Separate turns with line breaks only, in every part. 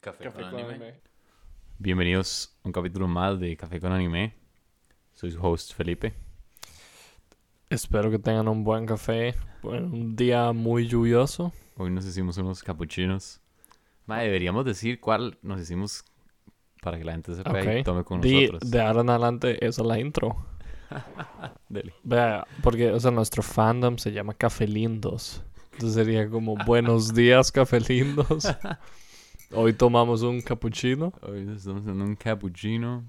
Café,
Café
con,
con
anime.
anime.
Bienvenidos a un capítulo más de Café con anime. Soy su host Felipe.
Espero que tengan un buen café. Bueno, un día muy lluvioso.
Hoy nos hicimos unos capuchinos. Ma, deberíamos decir cuál nos hicimos para que la gente sepa y
Ok.
tome con
Di-
nosotros.
de ahora en adelante, esa es la intro.
Dele.
Vea, porque, o sea, nuestro fandom se llama Café Lindos. Entonces sería como Buenos días, Café Lindos. Hoy tomamos un cappuccino.
Hoy nos estamos haciendo un cappuccino.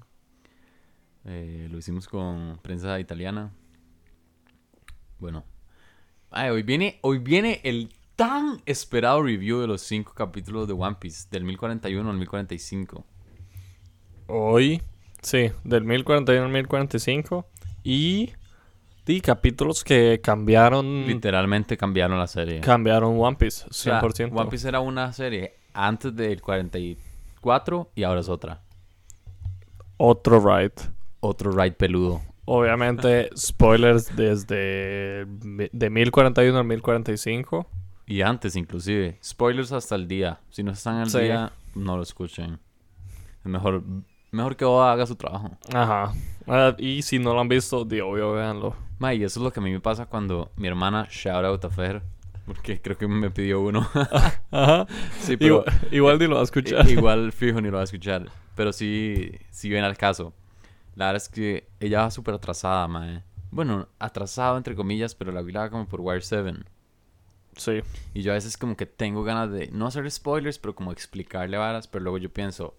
Eh, lo hicimos con prensa italiana. Bueno. Ay, hoy viene, hoy viene el tan esperado review de los cinco capítulos de One Piece, del 1041 al 1045.
Hoy, sí, del 1041 al 1045. Y, di capítulos que cambiaron,
Literalmente cambiaron la serie.
cambiaron One Piece, 100%.
O sea, One Piece era una serie antes del 44 y ahora es otra.
Otro ride.
Otro ride peludo.
Obviamente, spoilers desde mi- de 1041 al 1045.
Y antes inclusive. Spoilers hasta el día. Si no están al
Sí.
día, no lo escuchen. Es Mejor, mejor que Oda haga su trabajo.
Ajá. Ah, y si no lo han visto, de obvio, véanlo.
Ma, y eso es lo que a mí me pasa cuando mi hermana, shout out a Fer, porque creo que me pidió uno.
Ajá.
sí, pero
igual, igual ni lo va a escuchar.
I- E-, Igual fijo ni lo va a escuchar. Pero sí, sí viene al caso. La verdad es que ella va súper atrasada, mae. Bueno, atrasada entre comillas, pero la vi la como por Wire 7.
Sí.
Y yo a veces como que tengo ganas de no hacer spoilers, pero como explicarle varas. Pero luego yo pienso,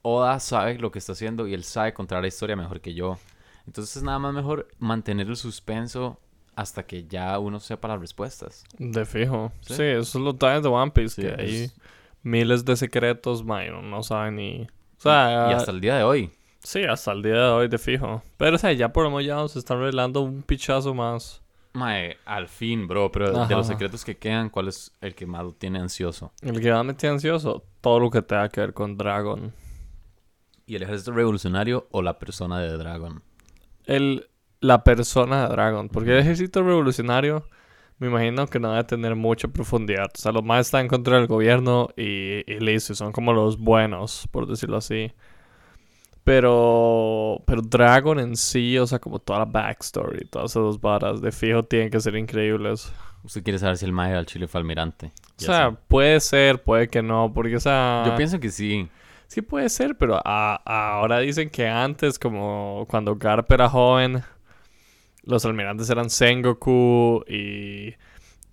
Oda sabe lo que está haciendo y él sabe contar la historia mejor que yo. Entonces es nada más mejor mantener el suspenso hasta que ya uno sepa las respuestas.
De fijo.
Sí.
Sí, eso es lo tal de One Piece.
Sí,
que hay
es-
miles de secretos, man, no, no saben ni. O sea,
y hasta el día de hoy.
sí, hasta el día de hoy, de fijo. Pero, o sea, ya por lo menos ya nos están revelando un pichazo más.
Mae, al fin, bro, pero de
Ajá.
los secretos que quedan, ¿cuál es el que más lo tiene ansioso?
El que va a meter ansioso, todo lo que tenga que ver con Dragon.
¿Y el ejército revolucionario o la persona de Dragon?
el, la persona de Dragon. Porque el ejército revolucionario, me imagino que no debe tener mucha profundidad. O sea, los más están en contra del gobierno y, y listo, son como los buenos, por decirlo así. Pero, pero Dragon en sí, o sea, como toda la backstory, todas esas dos varas de fijo tienen que ser increíbles.
Usted quiere saber si el mae al chile fue almirante.
O
Ya
sea,
sé.
puede ser, puede que no, porque o sea...
yo pienso que sí.
Sí puede ser, pero a- ahora dicen que antes, como cuando Garp era joven, los almirantes eran Sengoku y,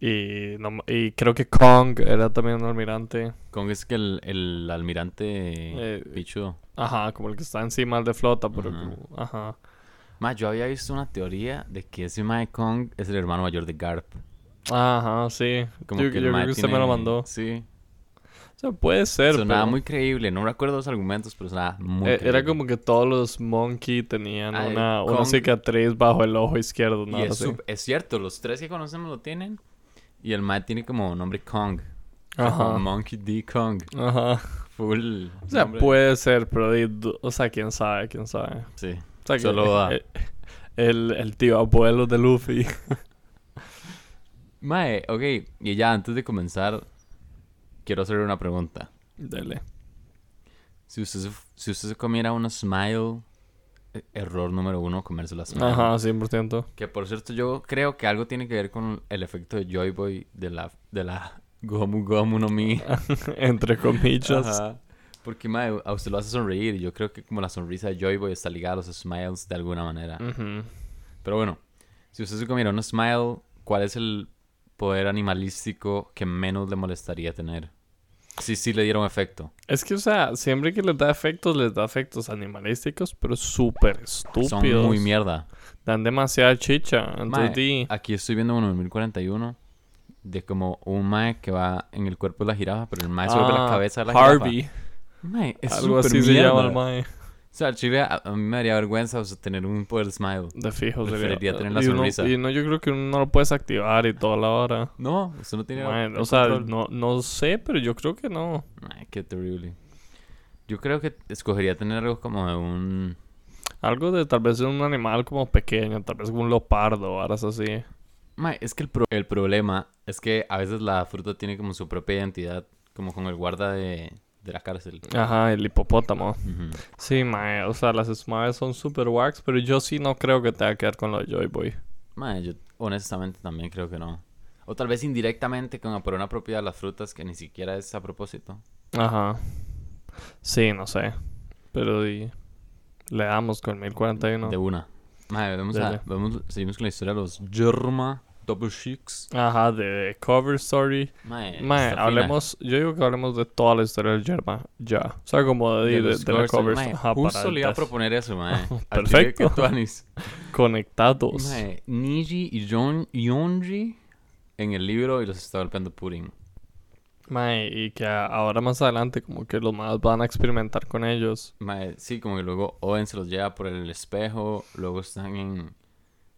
y, no m- y creo que Kong era también un almirante.
Con es que el, el almirante
Eh,
pichudo.
Ajá, como el que está encima del de flota, pero
Ajá.
como- ajá.
Mae, yo había visto una teoría de que ese mae Kong es el hermano mayor de Garp.
Ajá, sí.
Como
yo
que el
yo creo
mae
que usted me
tiene-
lo mandó. O
Sí.
sea, puede ser,
sonaba
pero
muy creíble. No recuerdo los argumentos, pero sonaba muy
e- era
creíble.
como que todos los monkey tenían
Ah, el
una, una
Kong-
cicatriz bajo el ojo izquierdo, ¿no?
Y es,
Así.
sup- es cierto, los tres que conocemos lo tienen. Y el mae tiene como nombre Kong. O sea,
Ajá.
como Monkey D. Kong.
Ajá.
Full.
O sea,
nombre.
puede ser, pero di- du- o sea, quién sabe, quién sabe.
Sí.
O sea, que
Solo da.
eh, el, el tío abuelo de Luffy.
Mae, ok. Y ya antes de comenzar, quiero hacerle una pregunta.
Dele.
Si usted se, si usted se comiera una Smile, eh, error número uno, comerse la Smile.
Ajá, 100%.
Que por cierto, yo creo que algo tiene que ver con el efecto de Joy Boy de la, de la Gomu Gomu no Mi.
Entre comillas.
Ajá. Porque, mae, a usted lo hace sonreír. Y yo creo que como la sonrisa de Joy Boy está ligada a los smiles de alguna manera.
Ujú.
Pero bueno, si usted se comiera un smile, ¿cuál es el poder animalístico que menos le molestaría tener? Si sí le diera un efecto.
Es que, o sea, siempre que les da efectos, les da efectos animalísticos, pero súper estúpidos.
Son muy mierda.
Dan demasiada chicha.
Mae,
Entonces, di-
aquí estoy viendo uno en 1041 de como un mae que va en el cuerpo de la jirafa, pero el mae se vuelve la
Ah,
cabeza de la jirafa.
Harvey.
Mae, es
Algo así
súper
se
mierda.
llama el mae.
O sea, al chile a, a mí me daría vergüenza o sea, tener un poder smile.
De fijo, sería.
Preferiría tener la
y uno-
sonrisa.
y no, yo creo que uno no lo puedes activar y toda la hora.
No, usted no tiene
Mae,
el
o sea,
control.
no, no sé, pero yo creo que no.
Mae, qué terrible. Yo creo que escogería tener algo como de un...
Algo de tal vez un animal como pequeño, tal vez como un leopardo, varas así.
Mae, es que el, pro- el problema es que a veces la fruta tiene como su propia identidad, como con el guarda de, de la cárcel.
Ajá, el hipopótamo.
Ujú.
Sí, mae, o sea, las Smiles son super wax, pero yo sí no creo que te va a quedar con lo de Joy Boy.
Mae, yo honestamente también creo que no. O tal vez indirectamente con por una propiedad de las frutas que ni siquiera es a propósito.
Ajá. Sí, no sé. Pero y- le damos con 1041.
De una. Mae, vemos a-
Dele.
vemos- seguimos con la historia de los Germa Double Chicks.
Ajá, de Cover Story.
Mae,
Mae,
Eh, está fina.
hablemos, yo digo que hablemos de toda la historia del Yerma, ya. O sea, como
De
de, de,
los
de la
covers,
cover
mae,
story. Ajá,
Justo
para
le iba a
atrás.
proponer eso, mae.
Perfecto.
Así que, tuanis.
Conectados.
Mae, Niji y John Yonji en el libro y los está golpeando Pudding.
Mae, y que a- ahora más adelante como que los más van a experimentar con ellos.
Mae, sí, como que luego Owen se los lleva por el espejo, luego están en...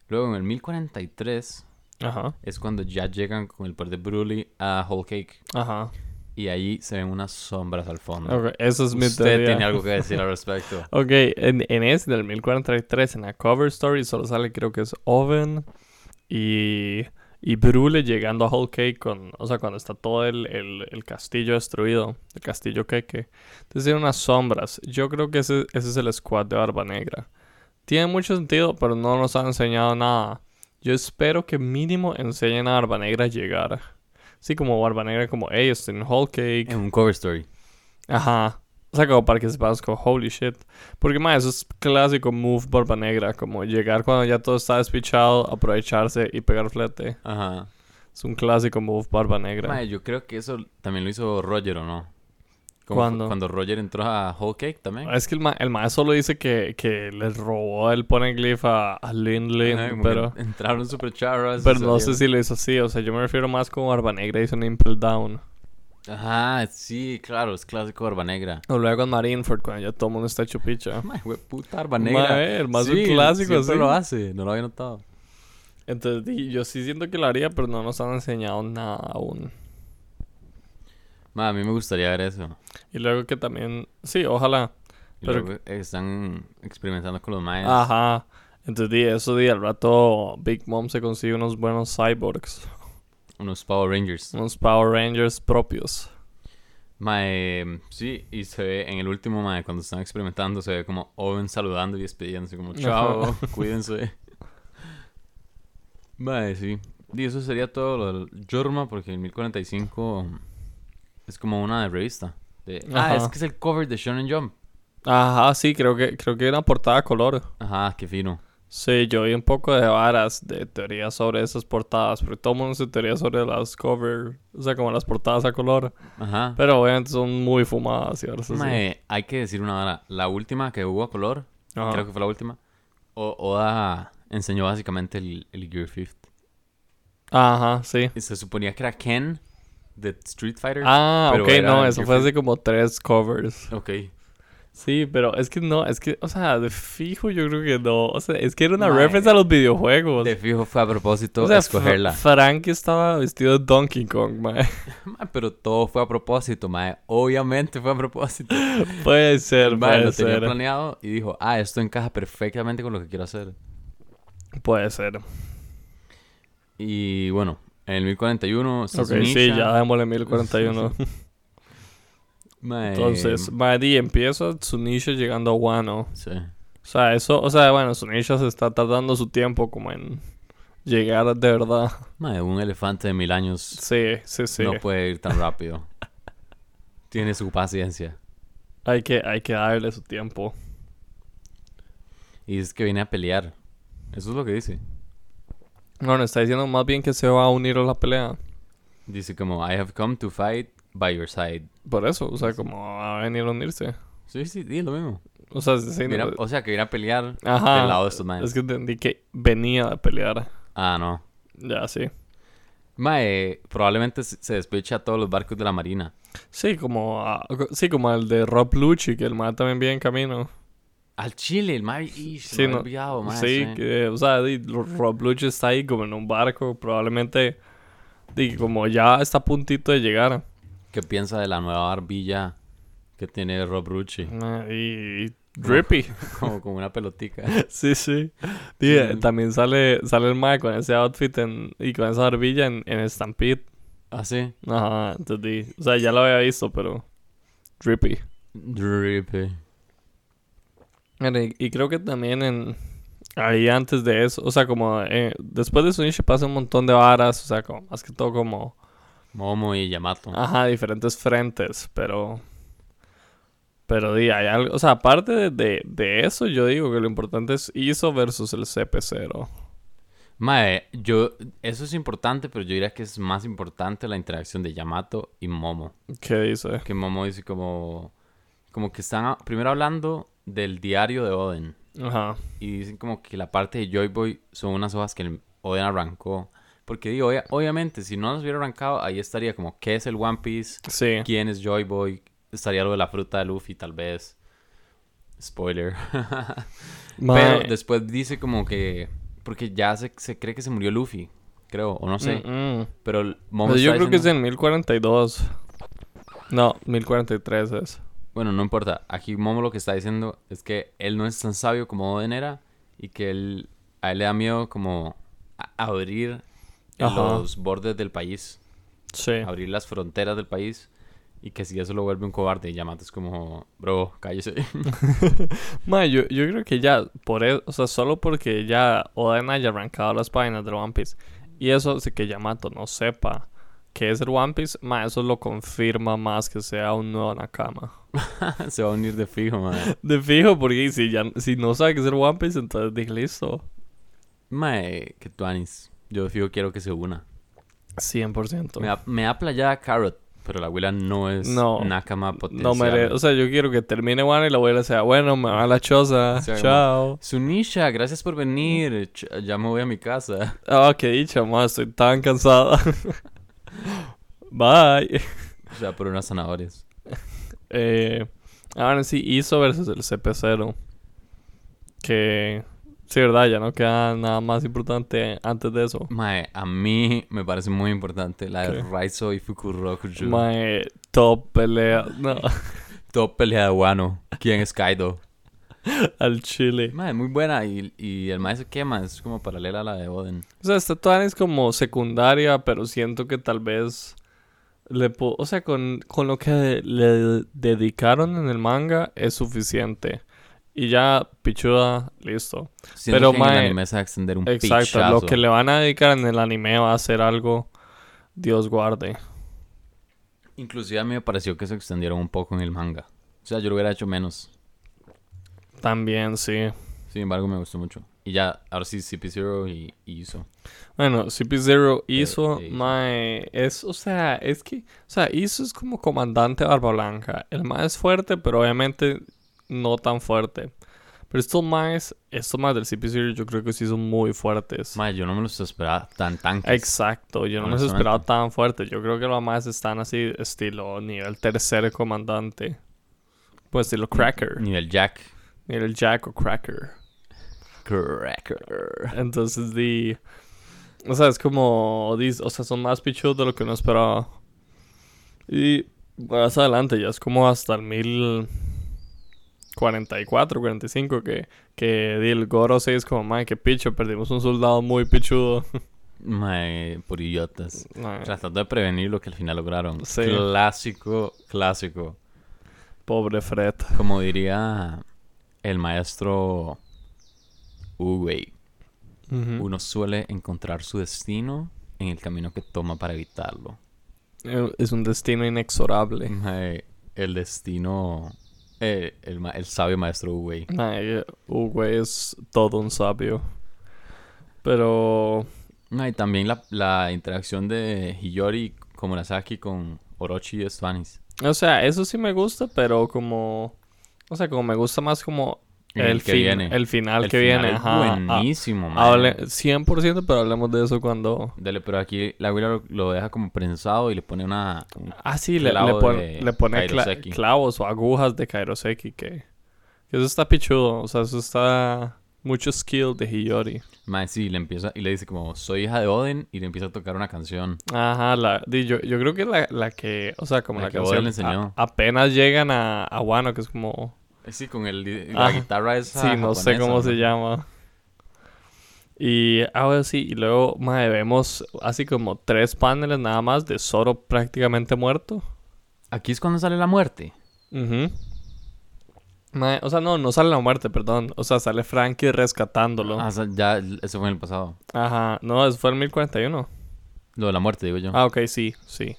Luego en el 1043
Ajá,
es cuando ya llegan con el par de Broly a Whole Cake
ajá.
y ahí se ven unas sombras al fondo.
Ok, eso es mi
Usted
teoría.
tiene algo que decir al respecto.
Ok, en, en ese del 1043, en la cover story, solo sale creo que es Oven y, y Brule llegando a Whole Cake con, o sea, cuando está todo el, el- el castillo destruido, el castillo queque. Entonces tiene unas sombras. Yo creo que ese, ese es el squad de Barba Negra. Tiene mucho sentido, pero no nos han enseñado nada. Yo espero que mínimo enseñen a Barba Negra a llegar. Sí, como Barba Negra, como, hey, estoy en Whole Cake.
En un cover story.
Ajá. O sea, como para que sepas como, holy shit. Porque, más eso es clásico move barba negra. Como llegar cuando ya todo está despichado, aprovecharse y pegar flete.
Ajá.
Es un clásico move barba negra.
Mae, yo creo que eso también lo hizo Roger, ¿o no? Como
¿Cuándo? Ah,
Cuando Roger entró a Whole Cake también.
Es que el, ma el maestro solo dice que, que le robó el poneglyph a, a Lin Lin,
Ajá, como que
pero,
Entraron super charras.
pero no sé
salieron.
si lo hizo así. O sea, yo me refiero más como Barba Negra hizo un Impel Down.
Ajá, sí, claro, es clásico Barba Negra.
O luego con Marineford, cuando ya todo el mundo está chupicha.
Mae, güey, puta Barba Negra.
Mae, el eh, más
Sí,
un clásico
siempre
así.
lo hace, no lo había notado.
Entonces, di- yo sí siento que lo haría, pero no nos han enseñado nada aún.
Mae, a mí me gustaría ver eso.
Y luego que también, sí, ojalá.
Y
Pero- Ah.
luego están experimentando con los maes.
Ajá. Entonces, di, eso di, al rato Big Mom se consigue unos buenos cyborgs,
Unos Power Rangers.
unos Power Rangers propios.
Mae, sí, y se ve en el último, mae, cuando están experimentando, se ve como Owen saludando y despidiéndose, como chao, cuídense. Mae, sí. Y eso sería todo lo del Jorma, porque el 1045 es como una de revista. De- Ah,
Ajá.
es que es el cover de Shonen Jump.
Ajá, sí, creo que creo que era portada a color.
Ajá, qué fino.
Sí, yo vi un poco de varas de teorías sobre esas portadas, porque todo el mundo se teoría sobre las cover, o sea, como las portadas a color.
Ajá.
Pero obviamente son muy fumadas y varas así.
Mae, hay que decir una vara. La última que hubo a color,
Ajá.
creo que fue la última, O- Oda enseñó básicamente el, el Gear Fifth.
Ajá, sí.
Y Se suponía que era Ken de Street Fighter.
Ah,
Pero
ok,
era
no,
el
eso fue
Gear
así como tres covers.
Ok.
Sí, pero es que no, es que, o sea, de fijo yo creo que no. O sea, es que era una
Mae.
referencia a los videojuegos.
De fijo fue a propósito
pues, o sea,
escogerla.
Fra- Frankie estaba vestido de Donkey Kong, mae.
Ma, pero todo fue a propósito, mae. Obviamente fue a propósito.
Puede ser,
Mae,
puede
lo tenía
ser.
planeado y dijo, ah, esto encaja perfectamente con lo que quiero hacer.
Puede ser.
Y bueno, en el 1041...
Ok, sí, ya démosle 1041.
Eh, Mae,
Entonces, mae, di, empieza Tsunisha llegando a Wano.
Sí.
O sea, eso, o sea, bueno, Tsunisha se está tardando su tiempo como en llegar de verdad.
Mae, un elefante de mil años
Sí, sí, sí.
no pues. puede ir tan rápido. Tiene su paciencia.
hay, que, hay que darle su tiempo.
Y es que viene a pelear. Eso es lo que dice.
Bueno, está diciendo más bien que se va a unir a la pelea.
Dice como, I have come to fight by your side.
Por eso, o sea, como a venir a unirse.
Sí, sí, sí, lo mismo.
O sea, sí,
Viene a-
no-
o sea, que viene a pelear
ajá.
del lado pues, de estos manes.
Es que entendí que venía a pelear.
Ah, no.
Ya, sí.
Mae, probablemente se se despecha a todos los barcos de la marina.
Sí, como a- sí, como el de Rob Lucci, que el mae también viene en camino.
Al Chile, el mae. Ish,
Sí,
se me había
no-
olvidado, Oh, mae.
sí,
sí.
que, o sea, di, lo- Rob Lucci está ahí como en un barco, probablemente di, como ya está a puntito de llegar.
¿Qué piensa de la nueva barbilla que tiene Rob Rucci?
Ah, Y, y Drippy.
Como con una pelotica.
Sí, sí. Di, eh,
Sí.
También sale, sale el Mae con ese outfit en- y con esa barbilla en, en Stampede.
Ah, sí.
Ajá, entonces di- O sea, ya lo había visto, pero. Drippy.
Drippy.
Mira, Y, y creo que también en. Ahí antes de eso, o sea, como eh, después de Sunichi pasa un montón de varas, o sea, como, más que todo como,
Momo y Yamato.
ajá, diferentes frentes, pero, pero di, hay algo, o sea, aparte de, de, de eso, yo digo que lo importante es ISO versus el CP0.
Mae, yo. Eso es importante, pero yo diría que es más importante la interacción de Yamato y Momo.
¿Qué dice?
Que Momo dice como. Como que están a- primero hablando del diario de Oden.
Ajá.
Y dicen como que la parte de Joy Boy son unas hojas que el Oden arrancó. Porque digo, obvia- obviamente, si no las hubiera arrancado, ahí estaría como, ¿qué es el One Piece?
Sí.
quién es Joy Boy. Estaría lo de la fruta de Luffy, tal vez. Spoiler.
Mae,
Pero después dice como que. Porque ya se, se cree que se murió Luffy, creo, o no sé.
mm, mm.
Pero el Momo
Pero yo
está
creo que es
diciendo-
en 1042. No, 1043 es.
Bueno, no importa. Aquí Momo lo que está diciendo es que él no es tan sabio como Oden era y que él, a él le da miedo como a- abrir en
Ajá.
los bordes del país,
Sí.
abrir las fronteras del país y que si eso lo vuelve un cobarde, y Yamato es como, bro, cállese.
Ma, yo, yo creo que ya, por eso, o sea, solo porque ya Oden haya arrancado las páginas de One Piece y eso hace que Yamato no sepa qué es el One Piece, ma, eso lo confirma más que sea un nuevo Nakama.
se va a unir de fijo, madre.
De fijo, porque si, ya, si no sabe qué es el One Piece, entonces dije, listo.
Mae, que tuanis. Yo fijo quiero que se una.
100%.
Me da, me da playada Carrot, pero la abuela no es
No.
Nakama
no
potencial.
me le- o sea, yo quiero que termine One y la abuela sea, bueno, me va a la choza,
Sí,
chao.
Sunisha, gracias por venir. Ch- ya me voy a mi casa.
Ah, qué dicha, ma, estoy tan cansada. Bye.
O sea, por unas zanahorias.
Eh, ahora sí, ISO versus el CP0. Que, sí, verdad, ya no queda nada más importante antes de eso.
Mae, a mí me parece muy importante la de
¿Qué?
Raizo y Fukurokuju.
My top pelea no,
Top pelea de Wano. ¿Quién es Kaido?
al chile.
Mae, muy buena. Y, y el mae se quema. Es como paralela a la de Oden.
O sea, esta todavía es como secundaria, pero siento que tal vez le po- O sea, con, con lo que le dedicaron en el manga es suficiente. Y ya, pichuda, listo.
Siento
Pero,
que en el
mae,
anime se va a extender un
Exacto,
pichazo.
lo que le van a dedicar en el anime va a ser algo, Dios guarde.
Inclusive a mí me pareció que se extendieron un poco en el manga. O sea, yo lo hubiera hecho menos.
También, sí.
Sin embargo, me gustó mucho. Y ya, ahora sí, CP0 y, y hizo.
Bueno, CP0 hizo,
eh,
mae, es, o sea, es que, o sea, hizo es como comandante Barba Blanca. El mae es fuerte, pero obviamente no tan fuerte. Pero estos maes, estos maes del CP0 yo creo que sí son muy fuertes.
Mae, yo no me los esperaba tan tanques.
Exacto, yo no me los
Honestamente.
esperaba tan fuerte. Yo creo que los maes están así, estilo nivel tercer comandante. Pues estilo
Mm,
Cracker.
Nivel Jack.
Era el Jack o Cracker.
Cracker.
Entonces, di. O sea, es como. dis- O sea, son más pichudos de lo que uno esperaba. Y más adelante ya es como hasta el 1044, 45. Que, que di, el Goro 6 es como, man, que picho, perdimos un soldado muy pichudo.
Mae, por idiotas.
Mae,
Tratando de prevenir lo que al final lograron.
Sí.
Clásico, clásico.
Pobre Fred.
Como diría el maestro Uwey,
Ujú.
uno suele encontrar su destino en el camino que toma para evitarlo.
Eh, Es un destino inexorable.
Mae, eh, el destino. eh, el, ma- el sabio maestro güey.
Mae, Uwe es todo un sabio. Pero.
y también la, la interacción de Hiyori Komurasaki con Orochi y Stuanis.
O sea, eso sí me gusta, pero como. O sea, como me gusta más como.
En
El,
el que
fin-
viene.
El final
El
que
final
viene.
es
Ajá.
Buenísimo,
Ah,
mae.
hable- 100%, pero hablemos de eso cuando.
Dele, pero aquí la abuela lo, lo deja como prensado y le pone una. un-
Ah, sí, le, le
Clavo
pon-
de
le pone cla-
Kairoseki.
clavos o agujas de Kairoseki. Que, que eso está pichudo. O sea, eso está. Mucho skill de Hiyori.
Mae, sí, le empieza y le dice como, soy hija de Oden y le empieza a tocar una canción.
Ajá, la, di, yo, yo creo que la, la que. O sea, como
La
la,
que
canción.
Oda le enseñó.
a- apenas llegan a, a Wano, que es como.
Eh, Sí, con el, la
Ah,
guitarra esa.
Sí, no sé
japonesa,
cómo
¿no?
se llama. Y, ah, bueno, sí, y luego, mae, vemos así como tres paneles nada más de Zoro prácticamente muerto.
Aquí es cuando sale la muerte.
Ujú. Mae, o sea, no, no sale la muerte, perdón. O sea, sale Frankie rescatándolo.
Ah, o sea, ya, eso fue en el pasado.
Ajá, no, eso fue en 1041.
Lo de la muerte, digo yo.
Ah, ok, sí, sí.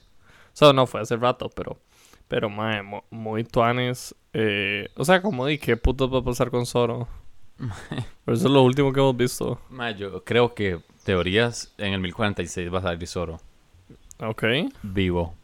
O sea, no, fue hace rato, pero... Pero, mae, mo- muy tuanes. eh, o sea, como di, ¿qué puto va a pasar con Zoro? Pero eso es lo último que hemos visto.
Ma, yo creo que teorías en el 1046 va a salir Zoro
Ok.
vivo.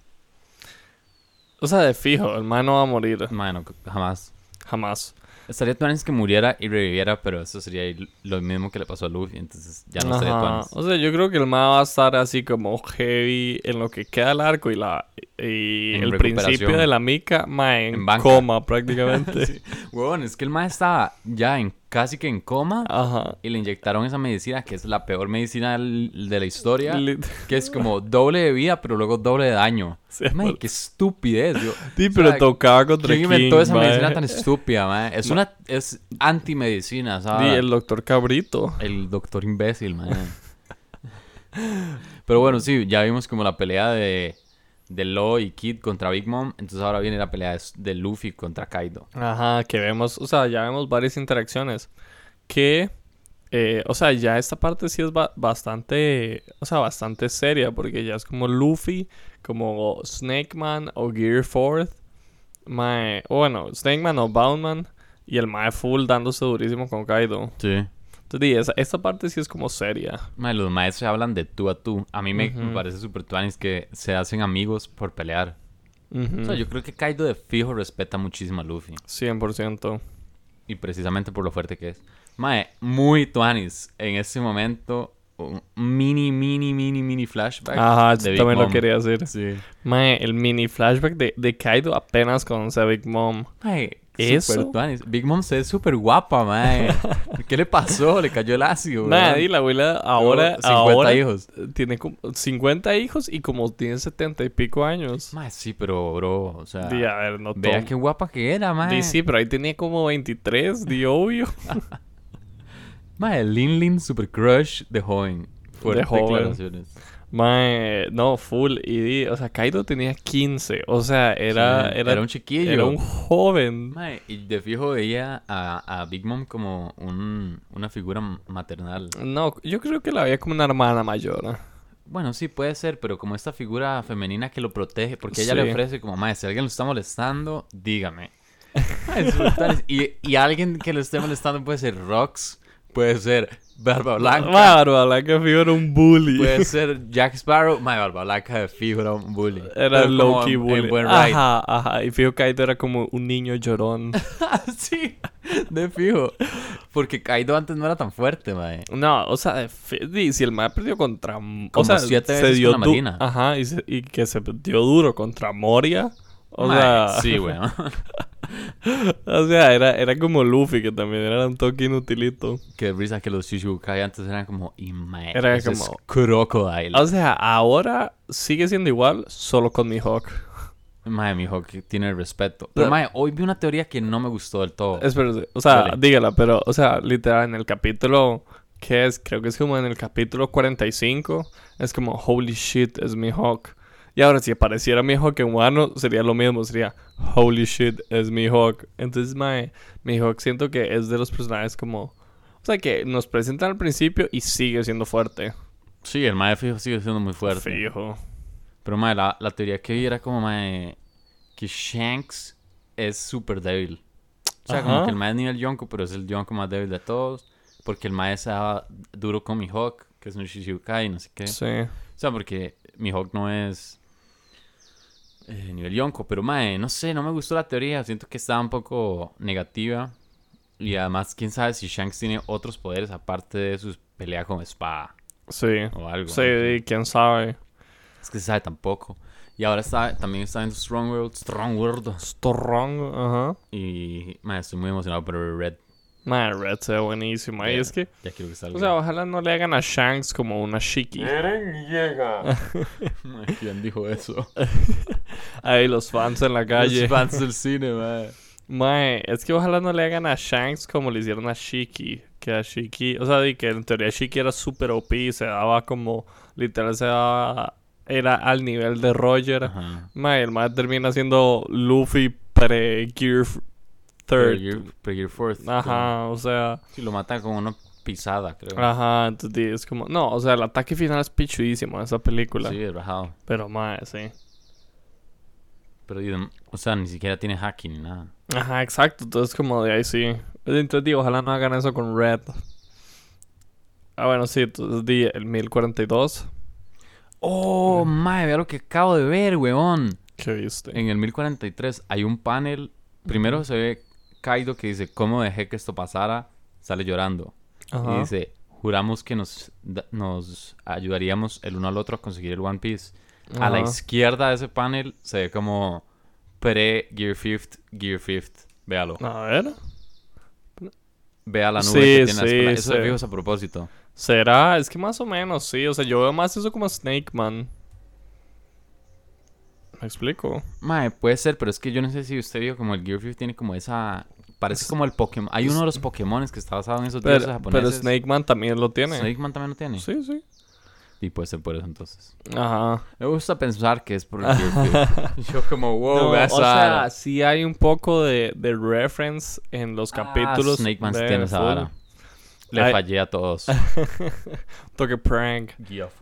O sea, de fijo, el mae no va a morir.
Mano, jamás.
Jamás.
Estaría tuanes que muriera y reviviera, pero eso sería il- lo mismo que le pasó a Luffy, entonces ya no estaría
Ajá.
tuanes.
O sea, yo creo que el mae va a estar así como heavy en lo que queda el arco y la... Y
En
el
recuperación.
principio de la mica, mae, en,
En banca.
coma prácticamente.
Huevón, es que el mae estaba ya en casi que en coma
Ajá.
y le inyectaron esa medicina que es la peor medicina del- de la historia,
Lit-
que es como doble de vida, pero luego doble de daño.
Sí,
Mae, qué estupidez. Yo,
Sí,
o
pero
sea,
tocaba contra
¿Quién
King,
inventó esa
mae.
medicina tan estúpida, mae? Es una es antimedicina,
Di,
¿sabes?
el doctor Cabrito.
El doctor imbécil, man. Pero bueno, sí, ya vimos como la pelea de, de Law y Kid contra Big Mom. Entonces ahora viene la pelea de, de Luffy contra Kaido.
Ajá, que vemos, o sea, ya vemos varias interacciones. Que, eh, o sea, ya esta parte sí es ba- bastante, o sea, bastante seria, porque ya es como Luffy, como Snake Man o Gear Fourth, mae, o bueno, Snake Man o Boundman, y el Mae Full dándose durísimo con Kaido.
Sí.
Entonces, di, esa- esta parte sí es como seria.
los maestros hablan de tú a tú. A mí me, me
Ujú.
parece súper tuanis que se hacen amigos por pelear.
Ujú,
O sea, yo creo que Kaido de fijo respeta muchísimo a Luffy.
100%.
Y precisamente por lo fuerte que es. Mae, muy tuanis. En ese momento, un mini, mini, mini, mini flashback.
Ajá,
de
yo
Big
también lo
Mom.
quería decir.
Sí.
Mae, el mini flashback de, de Kaido apenas conoce a Big Mom.
Mae,
Eso.
super tuanis. Big Mom se ve súper guapa, mae. ¿Qué le pasó? Le cayó el ácido. ¿verdad?
Mae, y la abuela ahora,
Tuvo 50
ahora
hijos.
tiene como 50 hijos y como tiene 70 y pico años.
Mae, sí, pero, bro, o sea...
Di, a ver, no
Ah, Vea
todo.
qué guapa que era, mae.
Di, sí, pero ahí tenía como 23, di obvio.
Mae, Lin Lin super crush de joven. Fuertes
joven.
declaraciones.
Mae, no, full. Y di, o sea, Kaido tenía 15. O sea, era,
Sí,
era,
un chiquillo.
era un joven.
Mae, y de fijo veía a, a Big Mom como un, una figura maternal.
No, yo creo que la veía como una hermana mayor. ¿ah?
Bueno, sí, puede ser, pero como esta figura femenina que lo protege, porque ella
Sí.
le ofrece como, mae, si alguien lo está molestando, dígame. Mae, es brutal. y, y alguien que lo esté molestando puede ser Rox, puede ser Barba Blanca,
Bárbara, la que fijo era un bully.
puede ser Jack Sparrow, mae, Barba Blanca de fijo era un bully.
Era
Pero como
low-key
en- en
bully.
buen ride.
Ajá, ajá. Y Fijo Kaido era como un niño llorón.
sí, de fijo. Porque Kaido antes no era tan fuerte, mae.
No, o sea, fi- di, si el mae perdió contra... Como o
Como
sea,
siete veces con la
du-
Marina.
Ajá, y, se- y que se dio duro contra Moria. O
Mae,
sea,
sí, bueno.
o sea era, era como Luffy, que también era un toque inutilito.
que risa que los Shishukai antes eran como, y mae,
Era
eso es
como-
Crocodile.
O sea, ahora sigue siendo igual, solo con Mihawk.
Mae, mijo, que tiene el respeto. Pero,
Pero-
mae, hoy vi una teoría que no me gustó del todo.
Espérate, o sea,
Dale.
dígala, pero, o sea, literal, en el capítulo... ¿Qué es? Creo que es como en el capítulo 45. Es como, holy shit, es Mihawk. Y ahora, si apareciera Mihawk en humano, sería lo mismo. Sería, holy shit, es Mihawk. Entonces, mae, Mihawk siento que es de los personajes como... O sea, que nos presentan al principio y sigue siendo fuerte.
Sí, el mae fijo sigue siendo muy fuerte.
Fijo.
Pero, mae, la, la teoría que vi era como, mae, que Shanks es súper débil. O sea, como
Ajá.
que el mae es nivel Yonko, pero es el Yonko más débil de todos. Porque el mae se daba duro con Mihawk, que es un Shishukai, no sé qué.
Sí.
O sea, porque Mihawk no es eh, nivel Yonko, pero mae, no sé, no me gustó la teoría, siento que estaba un poco negativa. Y además, quién sabe si Shanks tiene otros poderes aparte de su pelea con espada
Sí.
o algo.
Sí,
¿no?
y quién sabe.
Es que se sabe tampoco. Y ahora está, también está en Strong World, Strong World.
Strong, ajá.
Y mae, estoy muy emocionado por Red.
Mae, Red se ve buenísimo. Y
Ya,
es que...
Ya quiero que salga.
O sea, ojalá no le hagan a Shanks como una Shiki.
Mae, ¿Quién dijo eso?
Ahí los fans en la
Los
calle.
fans del cine, mae.
Mae, es que ojalá no le hagan a Shanks como le hicieron a Shiki. Que a Shiki, o sea, de que en teoría Shiki era super OP, y se daba como, literal se daba, era al nivel de Roger.
Ajá.
Mae, el mae termina siendo Luffy pre-Gear
Pero
3.
Gear- pero Gear Fourth.
Ajá, o sea,
Sí, lo matan con una pisada, creo.
ajá, entonces es como, no, o sea, el ataque final es pichudísimo en esa película.
Sí, rajado.
Pero mae, sí.
Pero, y- o sea, ni siquiera tiene hacking ni nada.
Ajá, exacto. Entonces, como de ahí sí. Entonces, digo, ojalá no hagan eso con Red. Ah, bueno, sí. Entonces, di el 1042.
Oh, madre, vea lo que acabo de ver, weón.
¿Qué viste?
En el 1043 hay un panel. Primero se ve Kaido que dice, ¿cómo dejé que esto pasara? Sale llorando.
Ajá.
Y dice, juramos que nos, da- nos ayudaríamos el uno al otro a conseguir el One Piece. A la
Ajá.
izquierda de ese panel se ve como pre-Gear Fifth, Gear Fifth. Véalo.
A ver.
Vea la nube
Sí,
que tiene la
sí,
escuela. Eso
sí.
de fijo es a propósito.
¿Será? Es que más o menos, sí. O sea, yo veo más eso como Snake Man. ¿Me explico?
Mae, puede ser, pero es que yo no sé si usted vio como el Gear Fifth tiene como esa... Parece como el Pokémon. Hay uno de los Pokémon que está basado en esos dioses
Pero,
japoneses.
pero Snake Man también lo tiene.
Snake Man también lo tiene.
Sí, sí.
Y puede ser por eso entonces.
Ajá.
Me gusta pensar que es por el Gear Fifth. Yo como, wow,
No,
vea
o
esa
sea,
vara.
sí hay un poco de, de reference en los
Ah,
capítulos.
Snake Man
de
tiene esa
Full.
vara. Le
Ay.
fallé a todos.
Toque prank.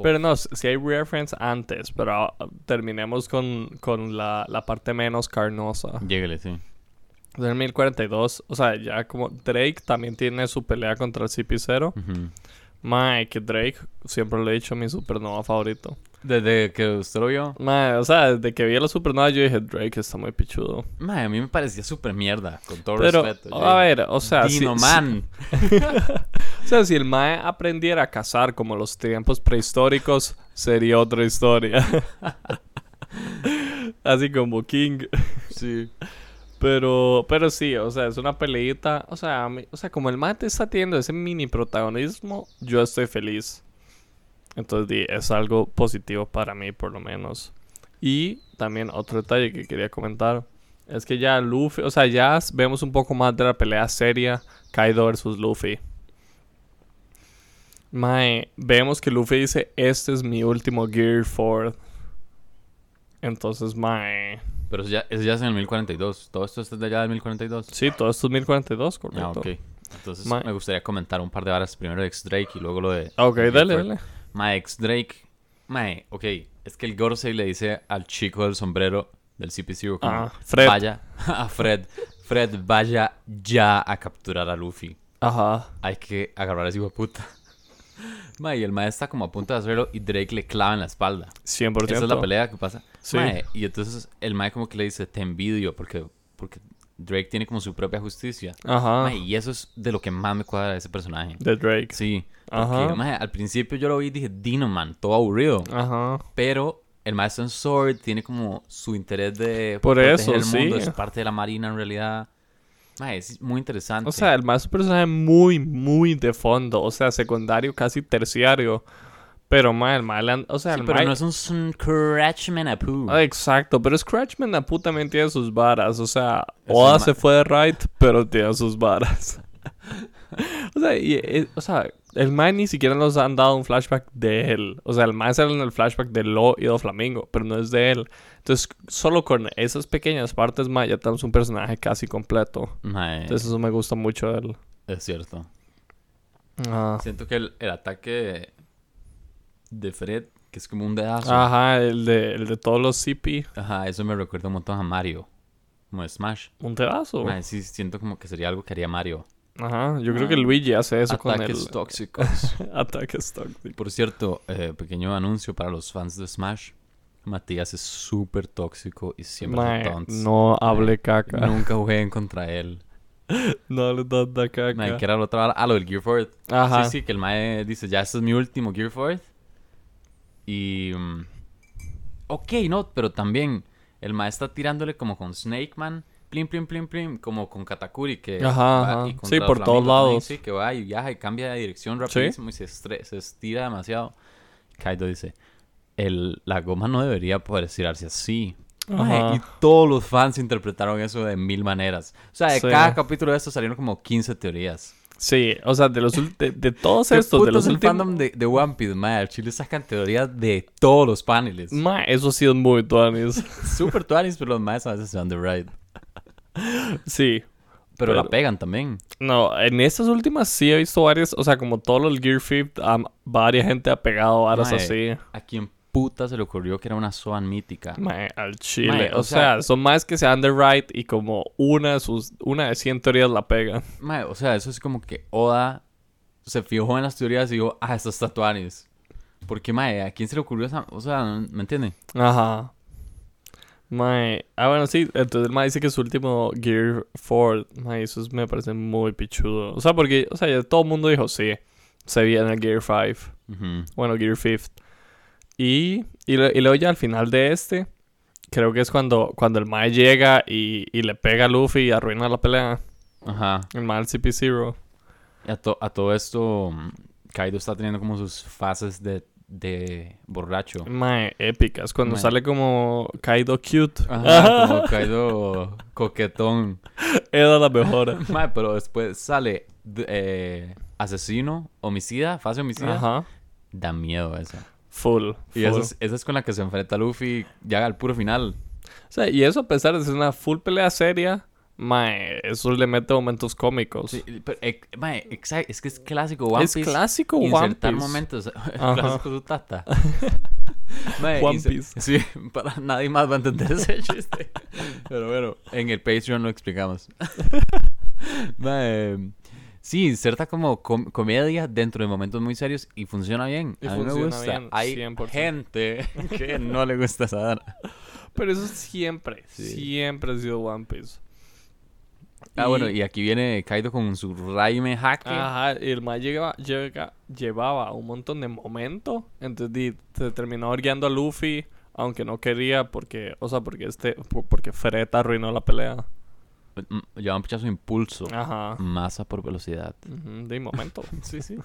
Pero no, si si hay reference antes, pero ah, terminemos con, con la, la parte menos carnosa.
Lléguele, sí.
Del 1042, o sea, ya como Drake también tiene su pelea contra el CP0.
Ujú.
Mae, que Drake siempre le he dicho mi supernova favorito.
Desde que usted lo vio,
Mae, o sea, desde que vi a la supernova yo dije, Drake está muy pichudo.
mae, a mí me parecía súper mierda, con todo
Pero,
respeto. Yo
a
dije,
ver, o sea, si,
Dino Man.
si- o sea, si el Mae aprendiera a cazar como los tiempos prehistóricos, sería otra historia. Así como King.
Sí.
Pero, pero sí, o sea, es una peleita. O sea, a mí- o sea, como el mate está teniendo ese mini protagonismo, yo estoy feliz. Entonces, di, es algo positivo para mí, por lo menos. Y también otro detalle que quería comentar es que ya Luffy, o sea, ya s- vemos un poco más de la pelea seria Kaido versus Luffy. Mae, vemos que Luffy dice: Este es mi último Gear Ford. Entonces, Mae.
Pero eso ya, eso ya es en el 1042. Todo esto está de allá del 1042.
Sí, todo esto es 1042, correcto.
Ah, ok. Entonces
Ma-
me gustaría comentar un par de varas. Primero de X-Drake y luego lo de...
Ah, Ok,
de
dale,
Gifford.
dale.
Ma, X-Drake... Mae, ok. Es que el Gorsey le dice al chico del sombrero del CP0 como...
Ah, Fred.
Vaya... A Fred. Fred, vaya ya a capturar a Luffy.
Ajá.
Hay que agarrar a ese hijo de puta. Ma, y el mae está como a punto de hacerlo y Drake le clava en la espalda.
100%.
Esa es la pelea que pasa.
Sí.
Mae, y entonces el mae como que le dice, te envidio, porque, porque Drake tiene como su propia justicia.
Ajá.
Mae, y eso es de lo que más me cuadra de ese personaje.
De Drake.
Sí.
Ajá.
Porque, mae, al principio yo lo vi y dije, Dino Man, todo aburrido.
Ajá.
Pero el maestro en Sword tiene como su interés de
Por eso,
el mundo,
sí.
es parte de la marina en realidad. Mae, es muy interesante.
O sea, el más personaje muy, muy de fondo. O sea, secundario, casi terciario. Pero mal, el mal. O sea,
Sí,
el
pero
mae-
no es un Scratchman a poo.
Ah, Exacto, pero Scratchman la puta también tiene sus varas. O sea,
Es
Oda
el
se
ma-
fue de right, pero tiene sus varas. o, sea, y, eh, o sea, el man ni siquiera nos han dado un flashback de él. O sea, el man sale en el flashback de Lo y Do Flamingo, pero no es de él. Entonces, solo con esas pequeñas partes más ya tenemos un personaje casi completo.
Mae,
Entonces, eso me gusta mucho de él.
es cierto.
Ah.
Siento que el, el ataque de Fred, que es como un dedazo,
Ajá, el de, el de todos los CP.
ajá, eso me recuerda un montón a Mario, como de Smash.
Un pedazo.
Mae, Ah. sí, siento como que sería algo que haría Mario.
Ajá, yo creo que Luigi hace eso con el...
Ataques tóxicos.
Ataques tóxicos.
Por cierto, eh, pequeño anuncio para los fans de Smash. Matías es súper tóxico y siempre
Mae,
hace taunts.
no hable caca. No,
Nunca jueguen contra él.
hable tanta caca.
Mae, que era la otra vara? Ah, lo del Gear Fourth.
Ajá.
Sí, sí, que el mae dice, ya este es mi último Gear Fourth. Y... mm, ok, no, pero también el mae está tirándole como con Snake Man, plim, plim, plim, plim, como con Katakuri, que...
Ajá,
va
ajá.
y contra
Sí, por
Flamingo
todos
también,
lados.
sí, que va y viaja y cambia de dirección rapidísimo y se, estre- se estira demasiado. Kaido dice, el, la goma no debería poder estirarse así. Mae,
Ajá.
y todos los fans interpretaron eso de mil maneras. O sea, de
Sí.
cada capítulo de esto salieron como 15 teorías.
Sí, o sea, de, los, ul- de, de todos
¿Qué
estos, de
putas
los
el
últimos...
fandom de, de One Piece, mae. Al Chile sacan teorías de todos los paneles.
Ma, eso ha sido muy tuanis.
Super tuanis, pero los maes a veces se van de right.
Sí.
Pero, la
Pero-
pegan también.
No, en estas últimas sí he visto varias, o sea, como todos los Gear Fit, am- varias gente ha pegado varas
Mae.
así.
¿A quién puta se le ocurrió que era una Swan mítica?
Mae, al chile.
Mae,
o
o
sea,
sea-
son más que se dan de right y como una de sus, una de 100 teorías la pegan.
Mae, o sea, eso es como que Oda se fijó en las teorías y dijo, ah, estos tatuajes. Porque, mae, ¿a quién se le ocurrió esa? O sea, ¿me entiende?
Ajá. Mae. Ah, bueno, sí. Entonces el mae dice que su último Gear 4. Mae, eso es- me parece muy pichudo. O sea, porque, o sea, ya todo el mundo dijo, sí, se viene el Gear 5.
Ujú.
Bueno, Gear 5. Y, y, lo- y luego ya al final de este, creo que es cuando, cuando el mae llega y, y le pega a Luffy y arruina la pelea.
Ajá.
El mae al CP0.
Y A, to- a todo esto, mm, Kaido está teniendo como sus fases de, de borracho.
Mae, épicas. Cuando
Mae.
sale como Kaido cute.
Ajá, como Kaido coquetón.
Era la mejor.
Mae, pero después sale d- eh, asesino, homicida, fase homicida.
Ajá.
Da miedo eso.
Full.
Y esa
full.
es, esa es con la que se enfrenta Luffy ya al puro final.
O sea, y eso a pesar de ser una full pelea seria, mae, eso le mete momentos cómicos.
Sí, pero, eh, mae, exa- es que es clásico One
es
Piece.
clásico One
insertar
Piece.
momentos. clásico su tata. Mae,
One
inser-
Piece.
Sí, para nadie más va a entender ese chiste. Pero bueno, en el Patreon lo explicamos. Mae, sí, inserta como com- comedia dentro de momentos muy serios y funciona bien.
Y
a mí
funciona
me gusta.
bien,
Hay
100%.
gente que no le gusta esa vara.
Pero eso siempre,
Sí.
siempre ha sido One Piece.
Ah, bueno, y aquí viene Kaido con su Raime Jaque.
Ajá, y el mae llegaba- llega- llevaba un montón de momento. Entonces di- se terminó orgueando a Luffy, aunque no quería, porque, o sea, porque este, por- porque Fred arruinó la pelea.
Mm, Lleva un pichazo de impulso.
Ajá.
Masa por velocidad.
Ujú, de momento. sí, sí.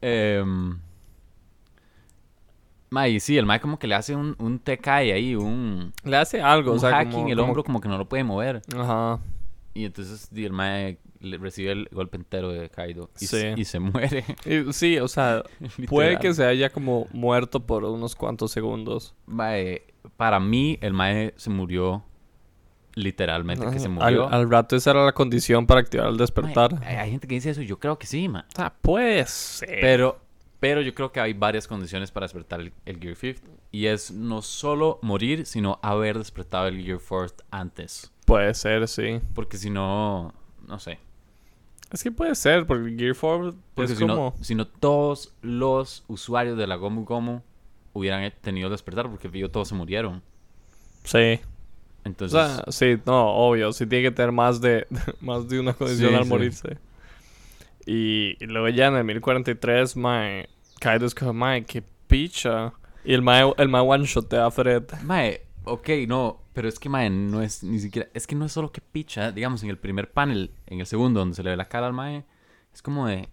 Em, ma, y sí, el Mae como que le hace un, un TK ahí, un,
Le hace algo,
un
o sea,
hacking
como-
el
como-
hombro como que no lo puede mover.
Ajá.
Y entonces y el Mae le recibe el golpe entero de Kaido y,
Sí.
se- y se muere.
Y- sí, o sea, Puede que se haya como muerto por unos cuantos segundos.
Mae, para mí, el Mae se murió literalmente, que se
Ajá.
murió. eh.
Al, al rato esa era la condición para activar el
Mae,
despertar.
hay, hay gente que dice eso, yo creo que sí, Mae.
O sea, puede ser.
Pero, pero yo creo que hay varias condiciones para despertar el, el Gear 5. Y es no solo morir, sino haber despertado el Gear 4 antes.
Puede ser, sí.
Porque si no, no sé.
Es que puede ser, porque el Gear 4
Porque
es
si,
como...
no, si no todos los usuarios de la Gomu Gomu hubieran eh, tenido el despertar, porque yo todos se murieron.
Sí. O
Entonces,
sea, sí, no, obvio. Sí tiene que tener más de, más de una condición
Sí,
al
sí.
morirse. Y, y luego ya en el 1043, mae... Kaido es como, mae, qué picha. Y el mae, el mae one-shotea a Fred.
Mae, ok, no, pero es que Mae no es ni siquiera, es que no es solo que picha, digamos, en el primer panel, en el segundo, donde se le ve la cara al Mae, es como de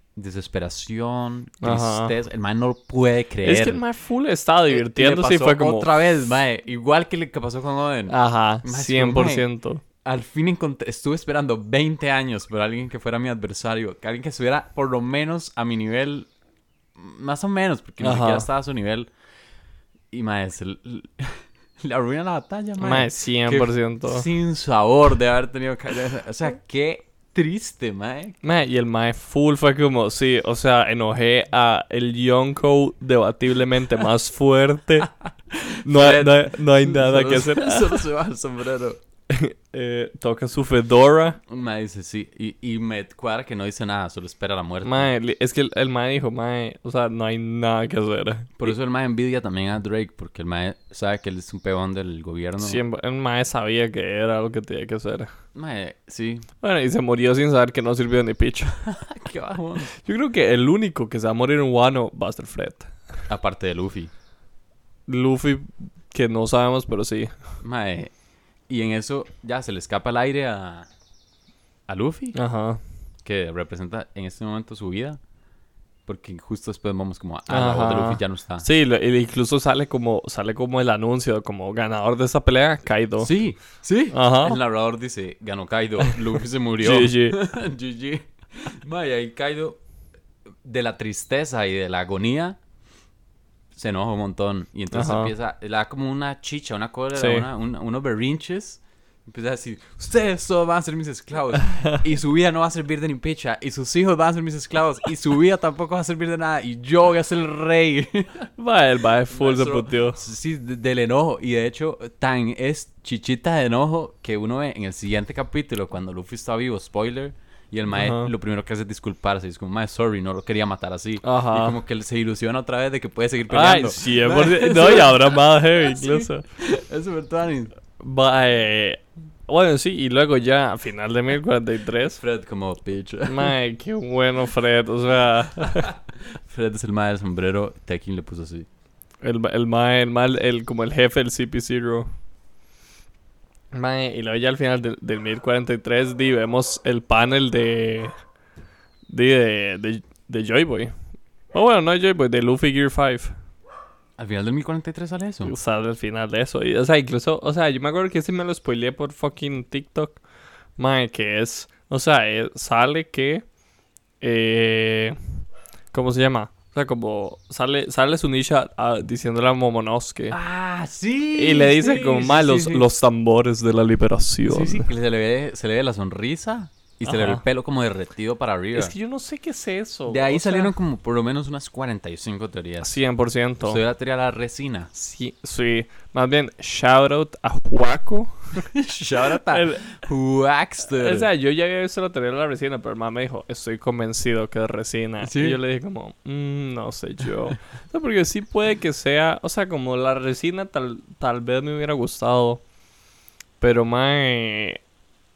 desesperación,
Ajá.
tristeza, el Mae no lo puede creer.
Es que el mae full estaba
Eh, Y le
divirtiéndose y
pasó
fue como... Ah.
Otra vez, Mae, igual que le que pasó con Oden.
Ajá,
Más
100%.
Al fin encontré- estuve esperando 20 años por alguien que fuera mi adversario, que alguien que estuviera por lo menos a mi nivel, más o menos, porque ni
Ajá.
siquiera estaba a su nivel. Y Mae, se l- l- le arruina la batalla, Mae.
Mae, 100%.
Sin sabor de haber tenido que... O sea, qué triste, mae.
Mae, y el Mae full fue como, sí, o sea, enojé a el Yonko debatiblemente más fuerte. No hay, no hay- no hay nada
Solo-
que hacer.
Solo se va el sombrero.
Eh, toca su Fedora.
Mae dice sí. Y, y me cuadra que no dice nada, solo espera la muerte.
Mae, li- es que el, el Mae dijo, Mae, o sea, no hay nada que hacer.
Por eso el mae envidia también a Drake, porque el mae sabe que él es un peón del gobierno.
Siempre, el Mae sabía que era lo que tenía que hacer.
Mae, sí.
Bueno, y se murió sin saber que no sirvió ni picho.
Qué bajón.
Yo creo que el único que se va a morir en Wano va a ser Fred.
Aparte de Luffy.
Luffy, que no sabemos, pero sí.
Mae. Y en eso ya se le escapa el aire a, a Luffy,
Ajá.
que representa en este momento su vida. Porque justo después vamos como, ah, la voz de
Ajá.
Luffy ya no está.
Sí, lo- e incluso sale como, sale como el anuncio, como ganador de esta pelea, Kaido.
Sí, sí.
Ajá.
El narrador dice, ganó Kaido, Luffy se murió.
GG.
GG. Vaya, y Kaido, de la tristeza y de la agonía, se enoja un montón. Y entonces
Ajá.
empieza, le da como una chicha, una cólera,
Sí.
una- un- unos berrinches. Empieza a decir, ustedes solo van a ser mis esclavos. Y su vida no va a servir de ni picha. Y sus hijos van a ser mis esclavos. Y su vida tampoco va a servir de nada. Y yo voy a ser el rey.
Va, el va full de
Nuestro-
puteo.
Sí, de- del enojo. Y de hecho, tan es chichita de enojo que uno ve en el siguiente capítulo, cuando Luffy está vivo, spoiler, y el mae
Ajá.
lo primero que hace es disculparse. Y es como, mae, sorry, no lo quería matar así.
Ajá.
Y como que él se ilusiona otra vez de que puede seguir
Ay,
peleando.
sí, por... No, y ahora más heavy incluso.
Es súper tuanis.
Va, eh, Bueno, sí, y luego ya a final de 1043.
Fred como, bitch.
Mae, qué bueno Fred, o sea,
Fred es el mae del sombrero. Tekken le puso así.
el, el mae, el mal, el, como el jefe del CP0. Mae, y luego ya al final del, del 1043, di, vemos el panel de, di, de, de, de Joy Boy. Oh, bueno, no Joy Boy, de Luffy Gear 5.
Al final del 1043 sale eso.
Sale al final de eso. Y, o sea, incluso, o sea, yo me acuerdo que ese me lo spoileé por fucking TikTok. Mae, que es, o sea, eh, sale que, eh, ¿cómo se llama? O sea, como sale, sale Sunisha ah, diciéndole a Momonosuke.
Ah, sí.
y le dice
sí,
como,
sí,
"Mae,
sí,
los,
sí".
los tambores de la liberación.
Sí, sí, que se le ve, se le ve la sonrisa. Y se le ve el
Ajá.
pelo como derretido para arriba.
Es que yo no sé qué es eso.
De ahí
o sea,
salieron como por lo menos unas 45 teorías. Pues,
100%.
Soy la teoría de la resina.
Sí, sí. Más bien, shout out a Juaco.
Shoutata.
El-
Huaxter.
O sea, yo ya había visto la teoría de la resina, pero el mamá me dijo, estoy convencido que es resina.
¿Sí?
Y yo le dije como, "Mm, no sé yo. O sea, porque sí puede que sea, o sea, como la resina tal, tal vez me hubiera gustado. Pero mae,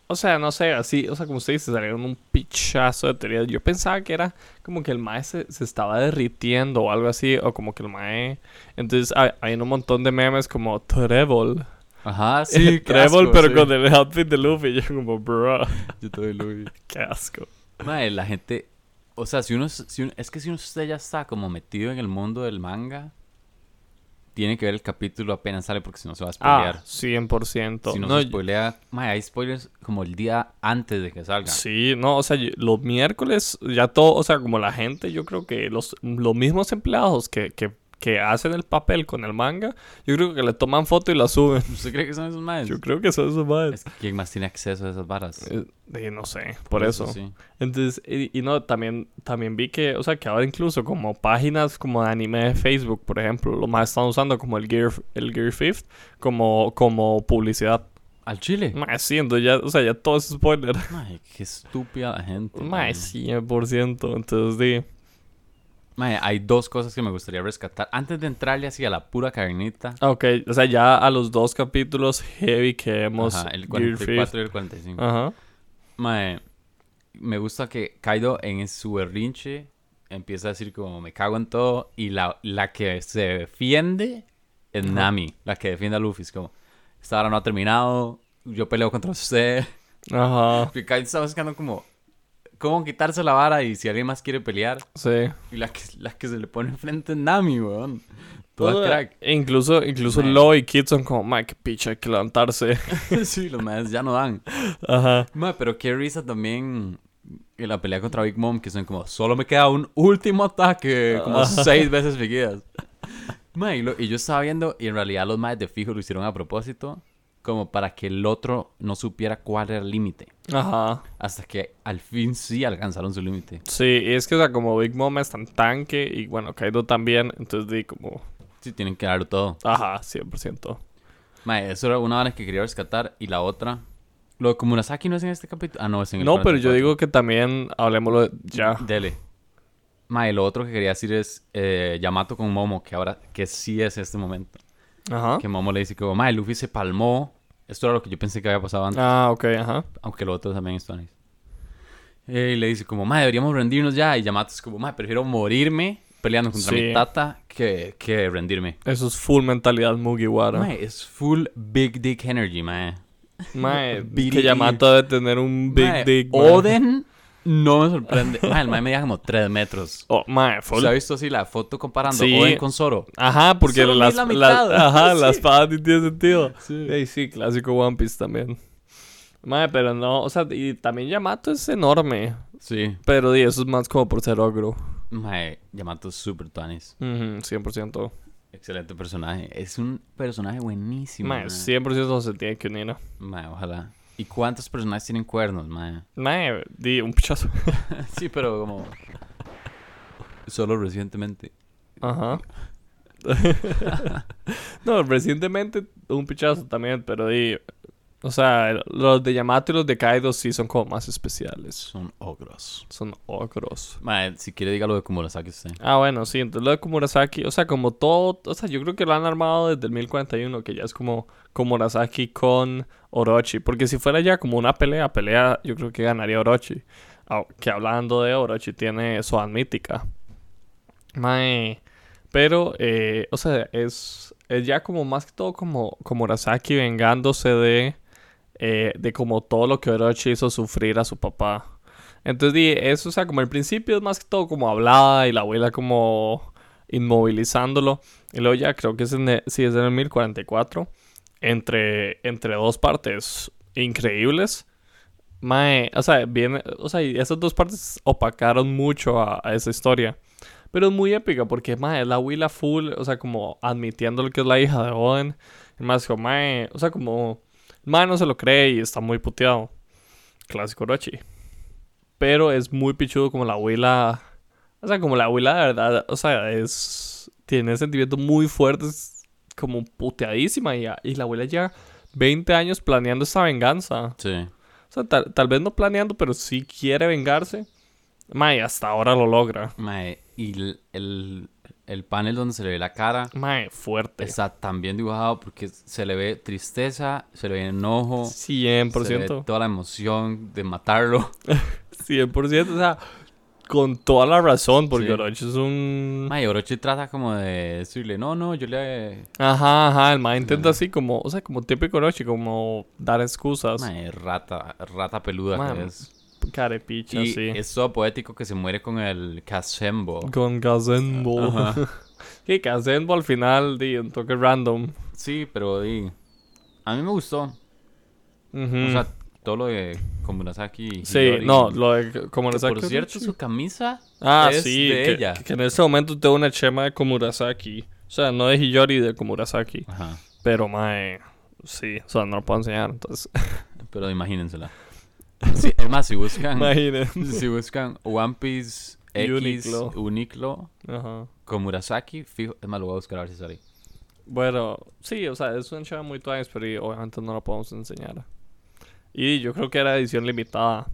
o sea, no sé, así, o sea, como usted dice, salieron un pichazo de teorías. Yo pensaba que era como que el mae se, se estaba derritiendo o algo así, o como que el mae... Entonces hay, hay un montón de memes como Trevor.
Ajá, sí. qué
Trevor,
asco,
pero
sí.
con el outfit de Luffy. Y yo como, bro.
Yo te doy Luis.
Qué asco.
Madre, la gente. O sea, si uno, es- si uno- Es que si uno usted ya está como metido en el mundo del manga, tiene que ver el capítulo apenas sale porque si no se va a spoilear.
Ah, 100%.
si no,
no,
se spoilea. Madre, hay spoilers como el día antes de que salga.
sí, no, o sea, yo- los miércoles ya todo, o sea, como la gente, yo creo que los, los mismos empleados que, que, que hacen el papel con el manga, yo creo que le toman foto y la suben.
¿Usted cree que son esos madres?
Yo creo que son esos madres.
Es que quién más tiene acceso a esas varas.
Eh, eh, no sé, por eso.
sí.
Entonces, y, y no, también, también vi que, o sea, que ahora incluso como páginas como de anime de Facebook, por ejemplo, lo más están usando como el Gear, el Gear Fifth como, como publicidad.
Al chile.
Mae, sí, entonces ya, o sea, ya todo es spoiler.
Mae, qué estúpida la gente. mae.
Mae, 100%. Entonces, di.
Mae, hay dos cosas que me gustaría rescatar. Antes de entrarle así a la pura carnita.
Ok, o sea, ya a los dos capítulos heavy que hemos.
Ajá, el
Gear
44
Fifth. Ah.
y el 45.
Ajá.
Mae, me gusta que Kaido en su berrinche empieza a decir como me cago en todo. Y la, la que se defiende es Nami. La que defiende a Luffy. Es como, esta hora no ha terminado. Yo peleo contra usted.
Ajá.
Porque Kaido está buscando como... Cómo quitarse la vara y si alguien más quiere pelear.
Sí.
Y la que, la que se le pone enfrente es Nami, weón. Toda
Toda-
crack.
e Incluso, incluso
Mae.
Lo y Kid son como, Mae, qué picha, hay que levantarse.
sí, los madres ya no dan.
Ajá.
Ma, pero qué risa también en la pelea contra Big Mom, que son como, solo me queda un último ataque,
Ah.
como seis veces seguidas. Ma, y, lo- y yo estaba viendo, y en realidad los madres de fijo lo hicieron a propósito, como para que el otro no supiera cuál era el límite.
Ajá.
Hasta que al fin sí alcanzaron su límite.
Sí, y es que, o sea, como Big Mom es tan tanque y bueno, Kaido también. Entonces, di como,
Sí, tienen que darlo todo.
ajá, 100%.
Ma, eso era una hora que quería rescatar, y la otra... Lo de Kumurasaki no es en este capítulo. Ah, no, es en el
No, pero yo
44.
digo que también hablemoslo de- ya.
Dele. Mae, lo otro que quería decir es eh, Yamato con Momo, que ahora que sí es este momento.
Ajá.
Que Momo le dice que, mae, Luffy se palmó. Esto era lo que yo pensé que había pasado antes,
Ah, ok, ajá.
aunque lo otro también es Tony. Eh, y le dice como, mae, deberíamos rendirnos ya. Y Yamato es como, mae, prefiero morirme peleando contra
Sí.
mi tata que, que rendirme.
Eso es full mentalidad Mugiwara.
Mae, es full big dick energy, mae.
Mae,
Biri.
que Yamato debe tener un Big
Mae,
Dick. mae.
Oden No me sorprende. Mae, el mae medía como 3 metros.
Oh, mae, full.
¿Se ha visto así la foto comparando
Sí.
Oden con Zoro?
Ajá, porque
Solo
las,
mide la
las-
mitad.
ajá,
Sí.
la espada ni tiene sentido.
Sí.
Ey, sí, clásico One Piece también. Mae, pero no, o sea, y también Yamato es enorme.
Sí.
Pero di, eso es más como por ser ogro.
Mae, Yamato es super tuanis.
Ujú, 100%.
Excelente personaje. Es un personaje buenísimo.
Mae,
mae.
100% se tiene que unir. ¿no?
Mae, ojalá. ¿Y cuántos personajes tienen cuernos, mae?
Mae, di un pichazo.
Sí, pero como... Solo recientemente.
Ajá. no, recientemente un pichazo también, pero di. O sea, los de Yamato y los de Kaido sí son como más especiales.
Son ogros.
Son ogros.
Mae, si quiere dígalo de Kumurasaki usted.
Ah, bueno, sí, entonces lo de Komurasaki, o sea, como todo, o sea, yo creo que lo han armado desde el 1041, que ya es como Komurasaki con Orochi, porque si fuera ya como una pelea, pelea, yo creo que ganaría Orochi. Au- Que hablando de Orochi, tiene su mítica. Mae. Pero, eh, o sea, es, es ya como más que todo como Komurasaki vengándose de, eh, de como todo lo que Orochi hizo sufrir a su papá. Entonces, di, eso, o sea, como al principio es más que todo como hablada y la abuela como inmovilizándolo. Y luego ya creo que es en el, sí, es en el 1044. Entre, entre dos partes increíbles. Mae, o sea, viene, o sea, y esas dos partes opacaron mucho a, a esa historia. Pero es muy épica porque, mae, es la abuela full, o sea, como admitiendo lo que es la hija de Oden. Y más como, mae, o sea, como, mae no se lo cree y está muy puteado. Clásico Rochi. Pero es muy pichudo como la abuela. O sea, como la abuela de verdad. O sea, es. Tiene sentimientos muy fuertes. Como puteadísima. Y, y la abuela lleva 20 años planeando esta venganza.
Sí.
O sea, tal, tal vez no planeando, pero sí quiere vengarse. Mae, hasta ahora lo logra.
Mae, y el, el, el panel donde se le ve la cara
Mae, fuerte.
está tan bien dibujado porque se le ve tristeza, se le ve enojo, se le ve
100%.
toda la emoción de matarlo.
100%. O sea, con toda la razón. Porque
Sí.
Orochi es un.
Mae, Orochi trata como de decirle, no, no, yo le...
Ajá, ajá. El mae intenta así como. O sea, como típico Orochi. Como dar excusas.
Mae, rata, rata peluda
Mae,
que es.
Carepicha,
Y
sí.
es todo poético que se muere con el Kazembo.
Con Gazenbo. sí, Gazenbo al final, di, un toque random.
Sí, pero di, a mí me gustó.
Ujú.
O sea, todo lo de Komurasaki. y
sí,
Hidori.
no, lo de, como
Que,
lo
por cierto, su camisa
Ah,
es
sí,
de
que,
ella.
que en este momento tengo una chema de Komurasaki. O sea, no de Hiyori, de Komurasaki.
Ajá,
Pero, mae, sí, o sea, no lo puedo enseñar, entonces,
pero imagínensela. Sí, es más, si buscan,
imaginen.
si buscan One Piece X
Uniqlo.
Uniclo,
Ajá.
con Murasaki, fijo, es más, lo voy a buscar a ver si sale.
Bueno, sí, o sea, es una chema muy twice, pero y obviamente no la podemos enseñar. Y yo creo que era edición limitada.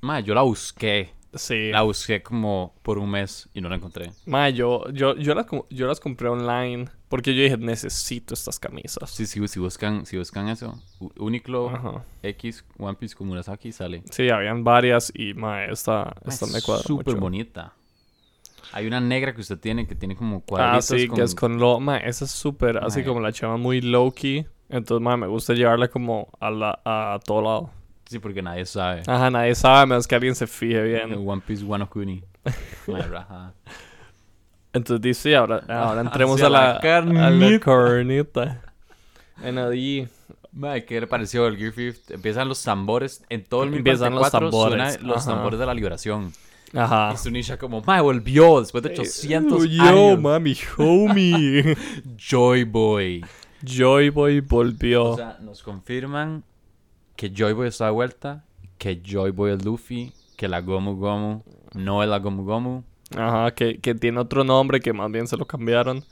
Ma, yo la busqué,
Sí.
la busqué como por un mes y no la encontré.
Mae, yo, yo, yo, las, com- yo las compré online porque yo dije, necesito estas camisas.
Sí, sí, si buscan, si buscan eso, U- Uniqlo
Ajá.
X One Piece con Murasaki sale.
Sí, habían varias y mae, esta,
Ma,
esta me
es
cuadra
súper
mucho.
bonita. Hay una negra que usted tiene que tiene como
Ah,
cuadritos
sí,
con...
que es con lo... Mae, esa es súper, así
Mae.
como la chama muy low-key. Entonces, mae, me gusta llevarla como a, la, a todo lado.
Sí, porque nadie sabe.
Ajá, nadie sabe, a menos que alguien se fije
El
bien.
One Piece Wano Kuni. Ma, raja.
Entonces, di, sí, ahora, ahora
Hacia
entremos a la...
la
A la
carnita.
carnita. Bueno, di...
Mae, ¿qué le pareció el Gear Fifth? Empiezan los tambores en todo el
Empiezan
1044
los tambores,
suena los
ajá. Ah.
tambores de la liberación.
Ajá. Eh,
Y Sunisha como, mae, volvió después de 800
Yo,
años.
mami, homie.
Joy Boy.
Joy Boy volvió.
O sea, nos confirman que Joy Boy está de vuelta, que Joy Boy es Luffy, que la Gomu Gomu no es la Gomu Gomu.
Ajá, que, que tiene otro nombre que más bien se lo cambiaron.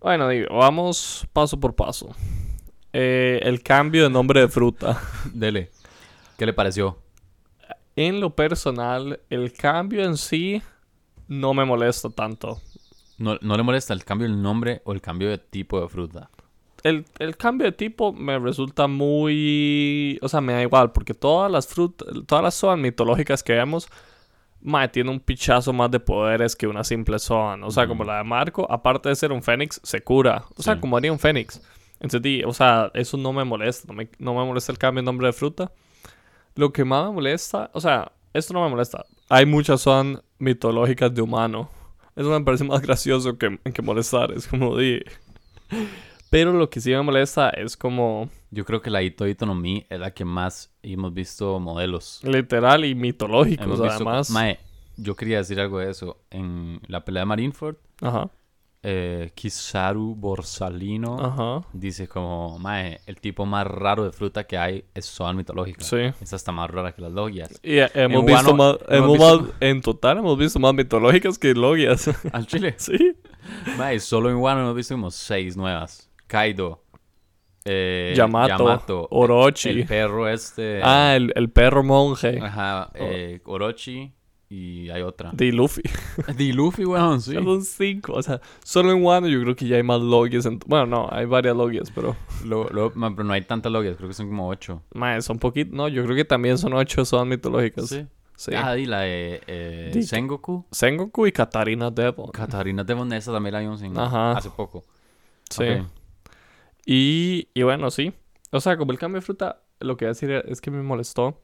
Bueno, digo, vamos paso por paso. Eh, el cambio de nombre de fruta.
Dele. ¿Qué le pareció?
En lo personal, el cambio en sí no me molesta tanto.
¿No, no le molesta el cambio del nombre o el cambio de tipo de fruta?
El, el cambio de tipo me resulta muy... O sea, me da igual, porque todas las frutas, todas las zonas mitológicas que vemos, mae, tiene un pichazo más de poderes que una simple zona. O sea, como la de Marco, aparte de ser un fénix, se cura. O sea,
Sí.
como haría un fénix. Entonces, di, o sea, eso no me molesta. No me, no me molesta el cambio de nombre de fruta. Lo que más me molesta, o sea, Esto no me molesta. Hay muchas son mitológicas de humano. Eso me parece más gracioso que, que molestar. Es como di. Pero lo que sí me molesta es como
Yo creo que la Ito Itonomi es la que más hemos visto modelos.
literal y mitológicos,
Hemos visto-
además.
Mae, yo quería decir algo de eso. En la pelea de Marineford,
Ajá,
eh, Kizaru Borsalino
ajá.
dice como, mae, el tipo más raro de fruta que hay es soda mitológica.
Sí.
Esa está más rara que las logias.
Y eh, hemos
En
visto
Wano-
más,
hemos
hemos
visto-
más- en total hemos visto más mitológicas que logias.
Al chile.
sí.
Mae, solo en Wano hemos visto como seis nuevas. Kaido. eh,
Yamato, Orochi.
El perro este.
ah, Oh. el, el perro monje
Ajá, eh, Orochi. Y hay otra.
de Luffy.
Di Luffy, weón, sí.
Son cinco. O sea, solo en Wano yo creo que ya hay más logias. en- bueno, no, hay varias logias, pero.
Luego- luego- ma, pero no hay tantas logias, creo que son como ocho.
Mae, son poquitos. No, yo creo que también son ocho son mitológicas. Sí.
Ah, y la de eh,
Di-
Sengoku.
Sengoku y Katarina Devil.
Katarina Devon, esa también la vimos en-
Ajá.
hace poco.
Sí.
ah, Ok.
Y, y bueno, sí. O sea, como el cambio de fruta, lo que voy a decir es que me molestó.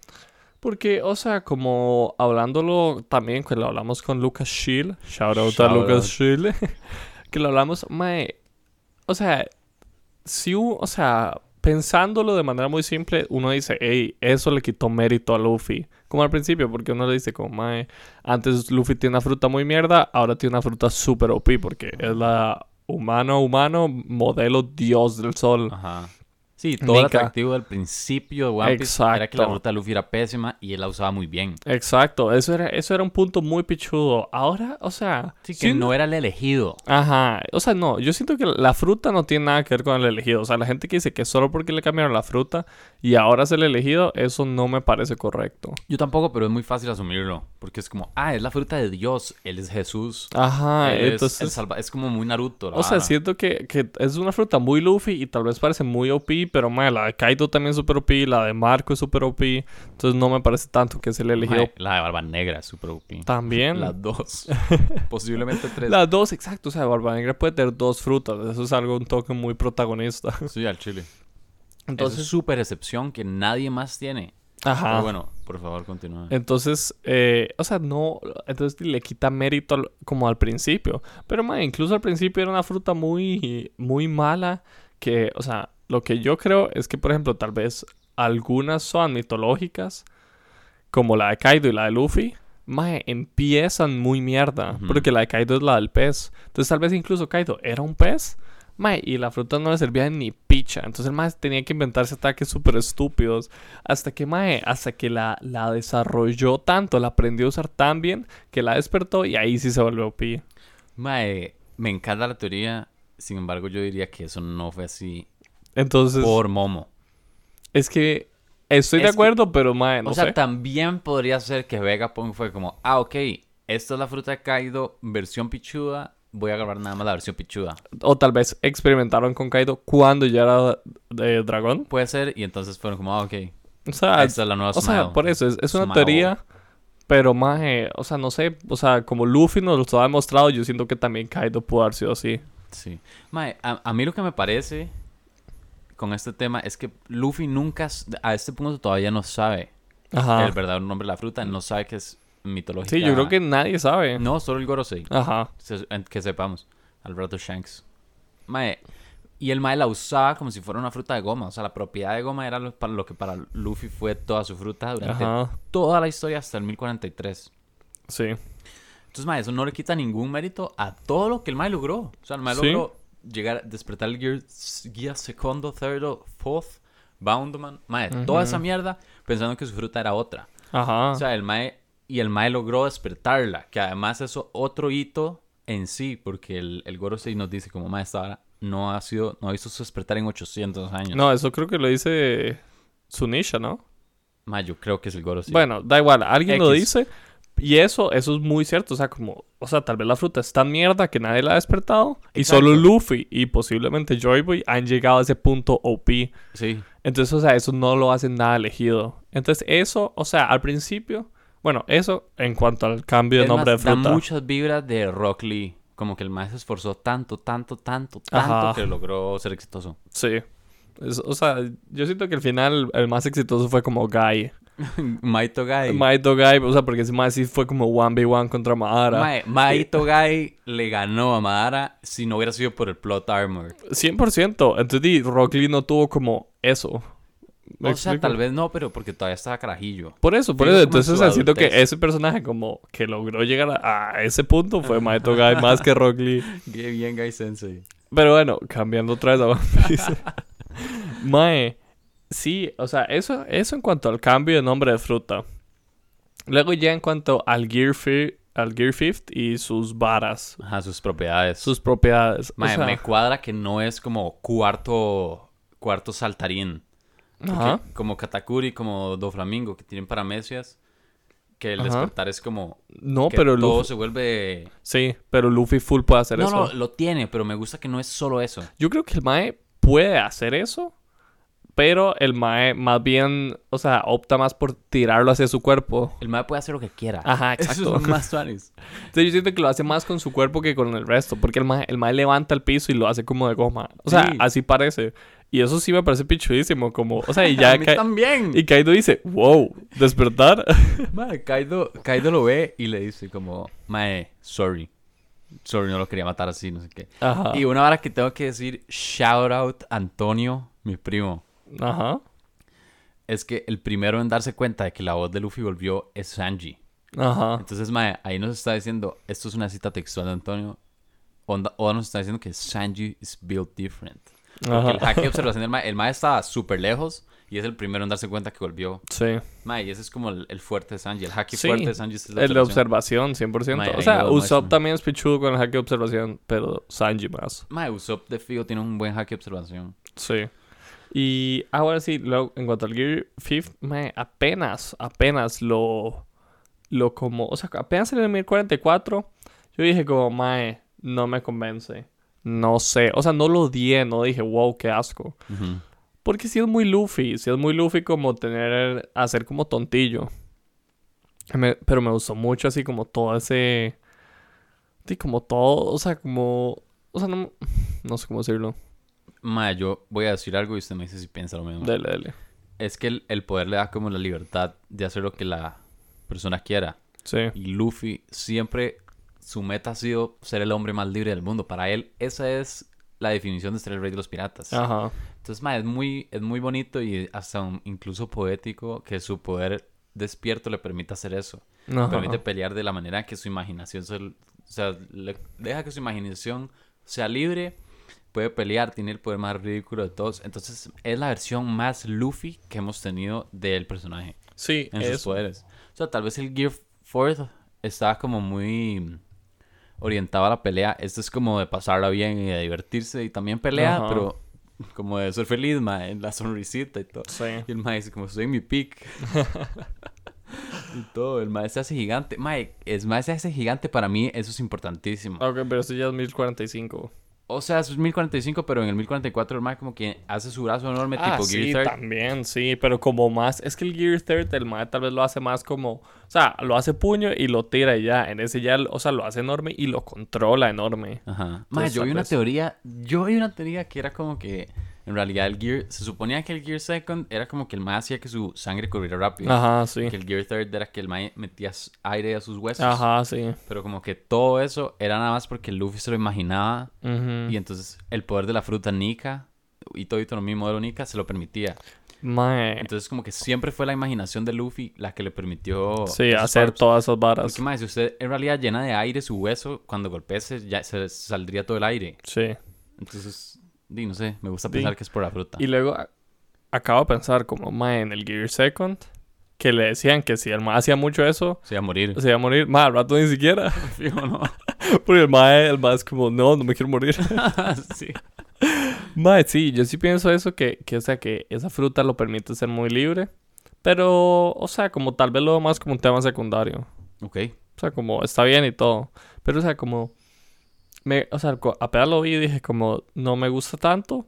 Porque, o sea, como hablándolo también, que lo hablamos con Lucas Shield. Shout out
Shout
a Lucas
out.
Shield. que lo hablamos, mae. O sea, si u- o sea, pensándolo de manera muy simple, uno dice, hey, eso le quitó mérito a Luffy. Como al principio, porque uno le dice, como, mae, antes Luffy tiene una fruta muy mierda, ahora tiene una fruta super OP, porque es la humano, humano, modelo dios del sol.
Ajá. Sí, todo el
Nika.
atractivo del principio de One Piece era que la
Exacto.
ruta de Luffy era pésima y él la usaba muy bien.
Exacto, eso era, eso era un punto muy pichudo. Ahora, o sea,
Sí,
si
que
uno-
no era el elegido.
Ajá, o sea, no, yo siento que la fruta no tiene nada que ver con el elegido. O sea, la gente que dice que solo porque le cambiaron la fruta y ahora es el elegido, eso no me parece correcto.
Yo tampoco, pero es muy fácil asumirlo. Porque es como, ah, es la fruta de Dios, él es Jesús.
Ajá,
él es
Ah, entonces...
el salva- es como muy Naruto. la
O sea,
vara.
siento que, que es una fruta muy Luffy y tal vez parece muy OP, pero mae, la de Kaido también es super OP, la de Marco es super OP, entonces no me parece tanto que se le eligió
Mae, La de barba negra es super OP.
también.
Las dos. Posiblemente tres.
Las dos, exacto, o sea, Barba Negra puede tener dos frutas, eso es algo, un toque muy protagonista.
Sí, al chile. Entonces,
Entonces,
es super excepción que nadie más tiene.
ajá.
Pero bueno, por favor, continúa.
Entonces, eh, o sea, no, entonces le quita mérito al- como al principio. Pero, mae, incluso al principio era una fruta muy, muy mala que, o sea, lo que yo creo es que, por ejemplo, tal vez algunas son mitológicas, como la de Kaido y la de Luffy, mae, empiezan muy mierda,
Ujú.
porque la de Kaido es la del pez. Entonces, tal vez incluso Kaido era un pez. Mae, y la fruta no le servía ni picha. Entonces el mae tenía que inventarse ataques súper estúpidos. Hasta que Mae, hasta que la, la desarrolló tanto, la aprendió a usar tan bien, que la despertó y ahí sí se volvió pi.
Mae, me encanta la teoría. Sin embargo, yo diría que eso no fue así
Entonces,
por Momo.
es que estoy de
Es que-
acuerdo, pero Mae, no
o sea,
sé.
también podría ser que Vegapunk fue como, ah, ok, esta es la fruta de Kaido, versión pichuda, voy a grabar nada más la versión pichuda.
O tal vez experimentaron con Kaido cuando ya era de dragón.
Puede ser, y entonces fueron como, ah, ok,
O sea,
esta es la nueva
o sea
Smile.
por eso, es, es una
Smile.
teoría. Pero Mae, o sea, no sé. O sea, como Luffy nos lo ha demostrado, yo siento que también Kaido pudo haber sido así.
Sí. Mae, a, a mí lo que me parece con este tema es que Luffy nunca, s- a este punto todavía no sabe
Ajá.
el verdadero nombre de la fruta, no sabe que es mitológica.
Ah. Sí, yo creo que nadie sabe.
No, solo el Gorosei.
Ajá.
Se- en- Que sepamos. Alberto Shanks. Mae. Y el Mae la usaba como si fuera una fruta de goma. O sea, la propiedad de goma era lo, para lo que para Luffy fue toda su fruta durante
Ajá.
toda la historia hasta el 1043.
Sí.
Entonces, Mae, eso no le quita ningún mérito a todo lo que el Mae logró. O sea, el Mae
Sí.
logró llegar, despertar el gear- guía segundo, tercero, fourth, Boundman. Mae, toda esa mierda pensando que su fruta era otra.
Ajá.
O sea, el Mae. Y el Mae logró despertarla. Que además eso otro hito en sí. Porque el, el Gorosei nos dice como Mae esta vara no ha sido. No ha visto su despertar en 800 años.
No, eso creo que lo dice Sunisha, ¿no?
Mae, yo creo que es el Gorosei.
Bueno, da igual, alguien lo
X.
dice. Y eso, eso es muy cierto. O sea, como, o sea, tal vez la fruta es tan mierda que nadie la ha despertado. Y
Exacto.
solo Luffy y posiblemente Joy Boy han llegado a ese punto OP.
Sí.
Entonces, o sea, eso no lo hace nada elegido. Entonces, eso, o sea, al principio, bueno, eso en cuanto al cambio de
Es más,
nombre de fruta.
Da muchas vibras de Rock Lee. Como que el Mae se esforzó tanto, tanto, tanto, tanto
Ajá.
que logró ser exitoso.
Sí. Es- o sea, yo siento que al final el más exitoso fue como Guy.
Maito Guy.
Maito Guy, o sea, porque ese mae sí fue como 1v1 contra Madara.
Mae, Maito Guy le ganó a Madara si no hubiera sido por el plot armor.
100%. Entonces, di, Rock Lee no tuvo como eso. ¿Me
O sea,
explico?
tal vez no, pero porque todavía estaba carajillo.
Por eso, por
Digo,
eso.
como en
Entonces,
su
o sea, siento que
adultez.
ese personaje como que logró llegar a, a ese punto fue Maito Guy más que Rock Lee.
Qué bien, Guy Sensei.
Pero bueno, cambiando otra vez a One Piece. Mae, sí, o sea, eso, eso en cuanto al cambio de nombre de fruta. Luego ya en cuanto al Gear, Fi- al Gear Fifth y sus varas,
Ajá, sus propiedades.
sus propiedades. o
Mae,
sea,
me cuadra que no es como cuarto, cuarto saltarín.
ajá.
Que- como Katakuri, como Doflamingo, que tienen paramecias. Que el
Ajá.
despertar es como...
No,
que
pero
todo
Luffy,
se vuelve...
sí, pero Luffy full puede hacer
No,
eso.
no, lo tiene, pero me gusta que no es solo eso.
Yo creo que el Mae puede hacer eso, pero el Mae más bien, o sea, opta más por tirarlo hacia su cuerpo.
El mae puede hacer lo que quiera.
Ajá,
Eso
Ah, exacto.
es lo más suaves.
Entonces yo siento que lo hace más con su cuerpo que con el resto, porque el mae, el mae levanta el piso y lo hace como de goma. O sea,
Sí.
así parece. Y eso sí me parece pichudísimo, como, o sea, y ya
A mí
Ka-
también.
y Kaido dice, wow, despertar.
Mae, Kaido, Kaido lo ve y le dice como, Mae, sorry. Sorry, no lo quería matar así, no sé qué.
Ajá.
Y una hora que tengo que decir, shout out Antonio, mi primo.
Ajá.
Es que el primero en darse cuenta de que la voz de Luffy volvió es Sanji.
Ajá.
Entonces, Mae, ahí nos está diciendo, esto es una cita textual de Antonio. Onda- Oda nos está diciendo que Sanji is built different. Porque el
Ajá.
hack de observación del Mae, el Mae estaba súper lejos y es el primero en darse cuenta que volvió.
Sí.
Mae, y ese es como el, el fuerte de Sanji, el hack
Sí.
fuerte de Sanji es la
El de
observación.
observación, 100%.
Mae,
o
ahí
sea,
lo demuestra.
Usopp también es pichudo con el hack de observación, pero Sanji más.
Mae, Usopp de Figo tiene un buen hack de observación.
Sí. Y ahora sí, luego, en cuanto al Gear Fifth, mae, apenas, apenas lo, lo como, o sea, apenas en el 1044, yo dije como, mae, no me convence. No sé, o sea, no lo odié, no dije, wow, qué asco.
Ujú.
Porque si es muy Luffy, si es muy Luffy como tener, hacer como tontillo. Me- pero me gustó mucho así como todo ese, sí, como todo, o sea, como, o sea, no, no sé cómo decirlo.
Mae, yo voy a decir algo y usted me dice si piensa lo mismo.
Dele, dele.
Es que el, el poder le da como la libertad de hacer lo que la persona quiera.
Sí.
Y Luffy siempre, su meta ha sido ser el hombre más libre del mundo. Para él, esa es la definición de ser el rey de los piratas.
Ajá.
Entonces, mae, es muy, es muy bonito y hasta un- incluso poético que su poder despierto le permita hacer eso.
Ajá.
permite pelear de la manera que su imaginación se- o sea, le- deja que su imaginación sea libre puede pelear tiene el poder más ridículo de todos entonces es la versión más Luffy que hemos tenido del personaje
Sí,
en sus
eso.
poderes o sea tal vez el Gear Fourth estaba como muy orientado a la pelea esto es como de pasarla bien y de divertirse y también pelea
Ajá.
pero como de ser feliz mae, la sonrisita y todo
Sí.
y el mae dice, como estoy en mi pick. y todo, el mae se hace gigante. Mae, es mae se hace gigante para mí, eso es importantísimo.
Ah, Ok, pero esto ya es 1045.
O sea, eso es 1045, pero en el 1044 el mae como que hace su brazo enorme tipo
Ah, sí,
Gear Third.
también, sí, pero como más... Es que el Gear Third, el mae tal vez lo hace más como... O sea, lo hace puño y lo tira y ya. En ese ya, o sea, lo hace enorme y lo controla enorme.
Ajá. Mae, yo
tal
vi una
vez.
teoría, yo vi una teoría que era como que en realidad el Gear, se suponía que el Gear Second era como que el mae hacía que su sangre corriera rápido.
Ajá, sí.
Que el Gear Third era que el mae metía s- aire a sus huesos.
Ajá, sí.
Pero como que todo eso era nada más porque Luffy se lo imaginaba
Ujú.
Y entonces el poder de la fruta Nika y todo lo mismo de Nika se lo permitía.
Eh. Mae.
Entonces como que siempre fue la imaginación de Luffy la que le permitió...
Sí,
esos
hacer
power-ups.
todas esas varas.
Porque más, si usted en realidad llena de aire su hueso, cuando golpeese ya se saldría todo el aire.
Sí.
Entonces, di, no sé, me gusta
Di.
pensar que es por la fruta.
Y luego a- acabo de pensar como, mae, en el Gear Second... Que le decían que si el mae hacía mucho eso...
Se iba a morir.
Se iba a morir. Mae, al rato ni siquiera.
Fijo, ¿no?
Porque el mae, el mae es como, no, no me quiero morir.
sí.
Mae, sí, yo sí pienso eso, que, que, o sea, que esa fruta lo permite ser muy libre. Pero, o sea, como tal vez lo veo más como un tema secundario.
Ok.
O sea, como está bien y todo. Pero, o sea, como... Me, o sea, co- apenas lo vi y dije como, no me gusta tanto.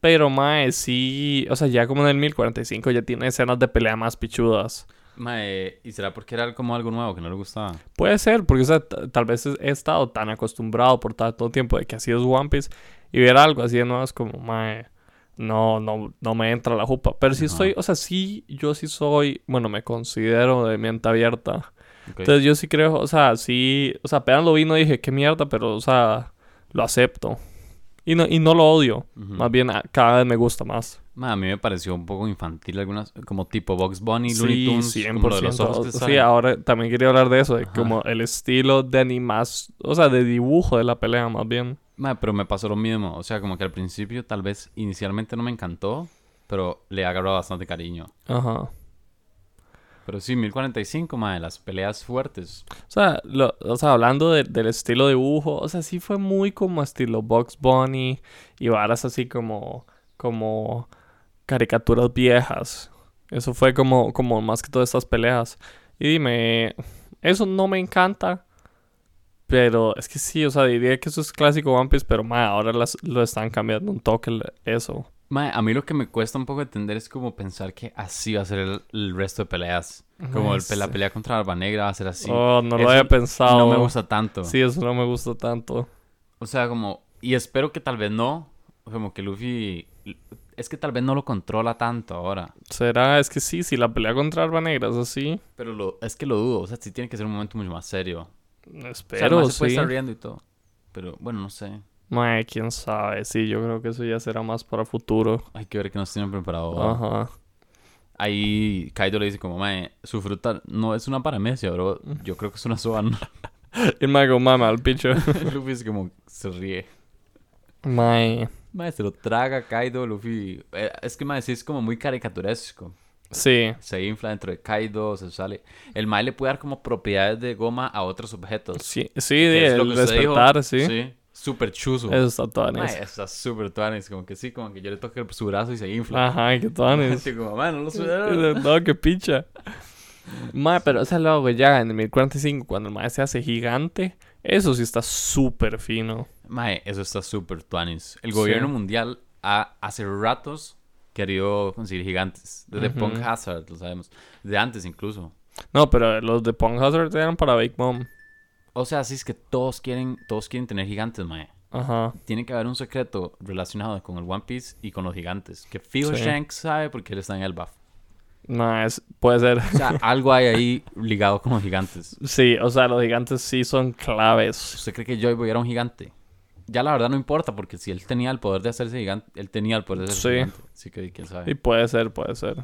Pero, mae, sí... O sea, ya como en el 1045 ya tiene escenas de pelea más pichudas.
Mae, eh, ¿y será porque era como algo nuevo que no le gustaba?
Puede ser, porque o sea, ta- tal vez he he estado tan acostumbrado por tanto tiempo de que así es One Piece y ver algo así de nuevo es como, mae, no, no, no me entra la jupa. Pero sí
Ajá.
estoy, o sea, sí, yo sí soy, bueno, me considero de mente abierta.
Ok.
Entonces yo sí creo, o sea, sí, o sea, apenas lo vi no dije, qué mierda, pero, o sea, lo acepto. Y no, y no lo odio.
Ujú.
Más bien, a- cada vez me gusta más.
Ma, a mí me pareció un poco infantil algunas, como tipo Box Bunny, Looney
Sí,
Tunes, como lo de los
100%.
ojos que
Sí, ah.
salen.
ahora también quería hablar de eso, de
Ajá.
como el estilo de animas, o sea, de dibujo de la pelea, más bien.
Ma, pero me pasó lo mismo, o sea, como que al principio tal vez inicialmente no me encantó, pero le agarró bastante cariño.
Ajá.
Pero sí, 1045, ma, de las peleas fuertes.
O sea, lo- o sea hablando de- del estilo de dibujo, o sea, sí fue muy como estilo Box Bunny y varas así como, como caricaturas viejas. Eso fue como, como más que todas estas peleas. Y dime, eso no me encanta, pero es que sí, o sea, diría que eso es clásico One Piece, pero ma, ahora las- lo están cambiando un toque el- eso.
Ma, a mí lo que me cuesta un poco entender es como pensar que así va a ser el, el resto de peleas. Como el,
Este.
la pelea contra Barba Negra va a ser así.
oh, no lo
eso
había pensado.
No me gusta tanto.
Sí, eso no me gusta tanto.
O sea, como... Y espero que tal vez no. Como que Luffy... Es que tal vez no lo controla tanto ahora.
¿Será? Es que sí, si la pelea contra Arba Negra es así.
Pero lo, es que lo dudo. O sea, sí tiene que ser un momento mucho más serio. O sea, el
Espero,
man se puede
sí.
estar riendo y todo. Pero bueno, no sé.
Mae, quién sabe. Sí, yo creo que eso ya será más para futuro.
Hay que ver qué nos tienen preparado.
Ajá.
Ahí Kaido le dice como, mae, su fruta no es una paramecia, bro. Yo creo que es una soba.
Y me hago mama al picho.
Luffy es como, se ríe.
Mae.
Mae, se lo traga Kaido, Luffy. Eh, es que, mae, sí es como muy caricaturesco.
Sí.
Se infla dentro de Kaido, se sale. El mae le puede dar como propiedades de goma a otros objetos.
Sí, sí,
que es lo
el
que usted dijo.
despertar, sí.
Sí, súper chuzo.
Eso está tuanes.
Mae, está súper tuanis. Como que sí, como que yo le toco su brazo y se infla.
Ajá, qué tuanes.
Así como, mae, no lo sé.
no, qué picha. Mae, pero o sea, luego ya en el 1045, cuando el mae se hace gigante, eso sí está súper fino.
Mae, eso está súper tuanis. El
Sí.
gobierno mundial ha, hace ratos querido conseguir gigantes. Desde
Ujú.
Punk Hazard, lo sabemos. De antes incluso.
No, pero los de Pong Hazard eran para Big Mom.
O sea, así es que todos quieren, todos quieren tener gigantes, mae.
Ajá.
Tiene que haber un secreto relacionado con el One Piece y con los gigantes. Que fijo
Sí.
Shanks sabe porque él está en el buff.
No, es, puede ser.
O sea, algo hay ahí ligado con los gigantes.
Sí, o sea, los gigantes sí son claves.
¿Usted cree que Joy Boy era un gigante? Ya la verdad no importa, porque si él tenía el poder de hacerse gigante, él tenía el poder de hacerse
Sí.
gigante. Así que quién sabe.
Y puede ser, puede ser.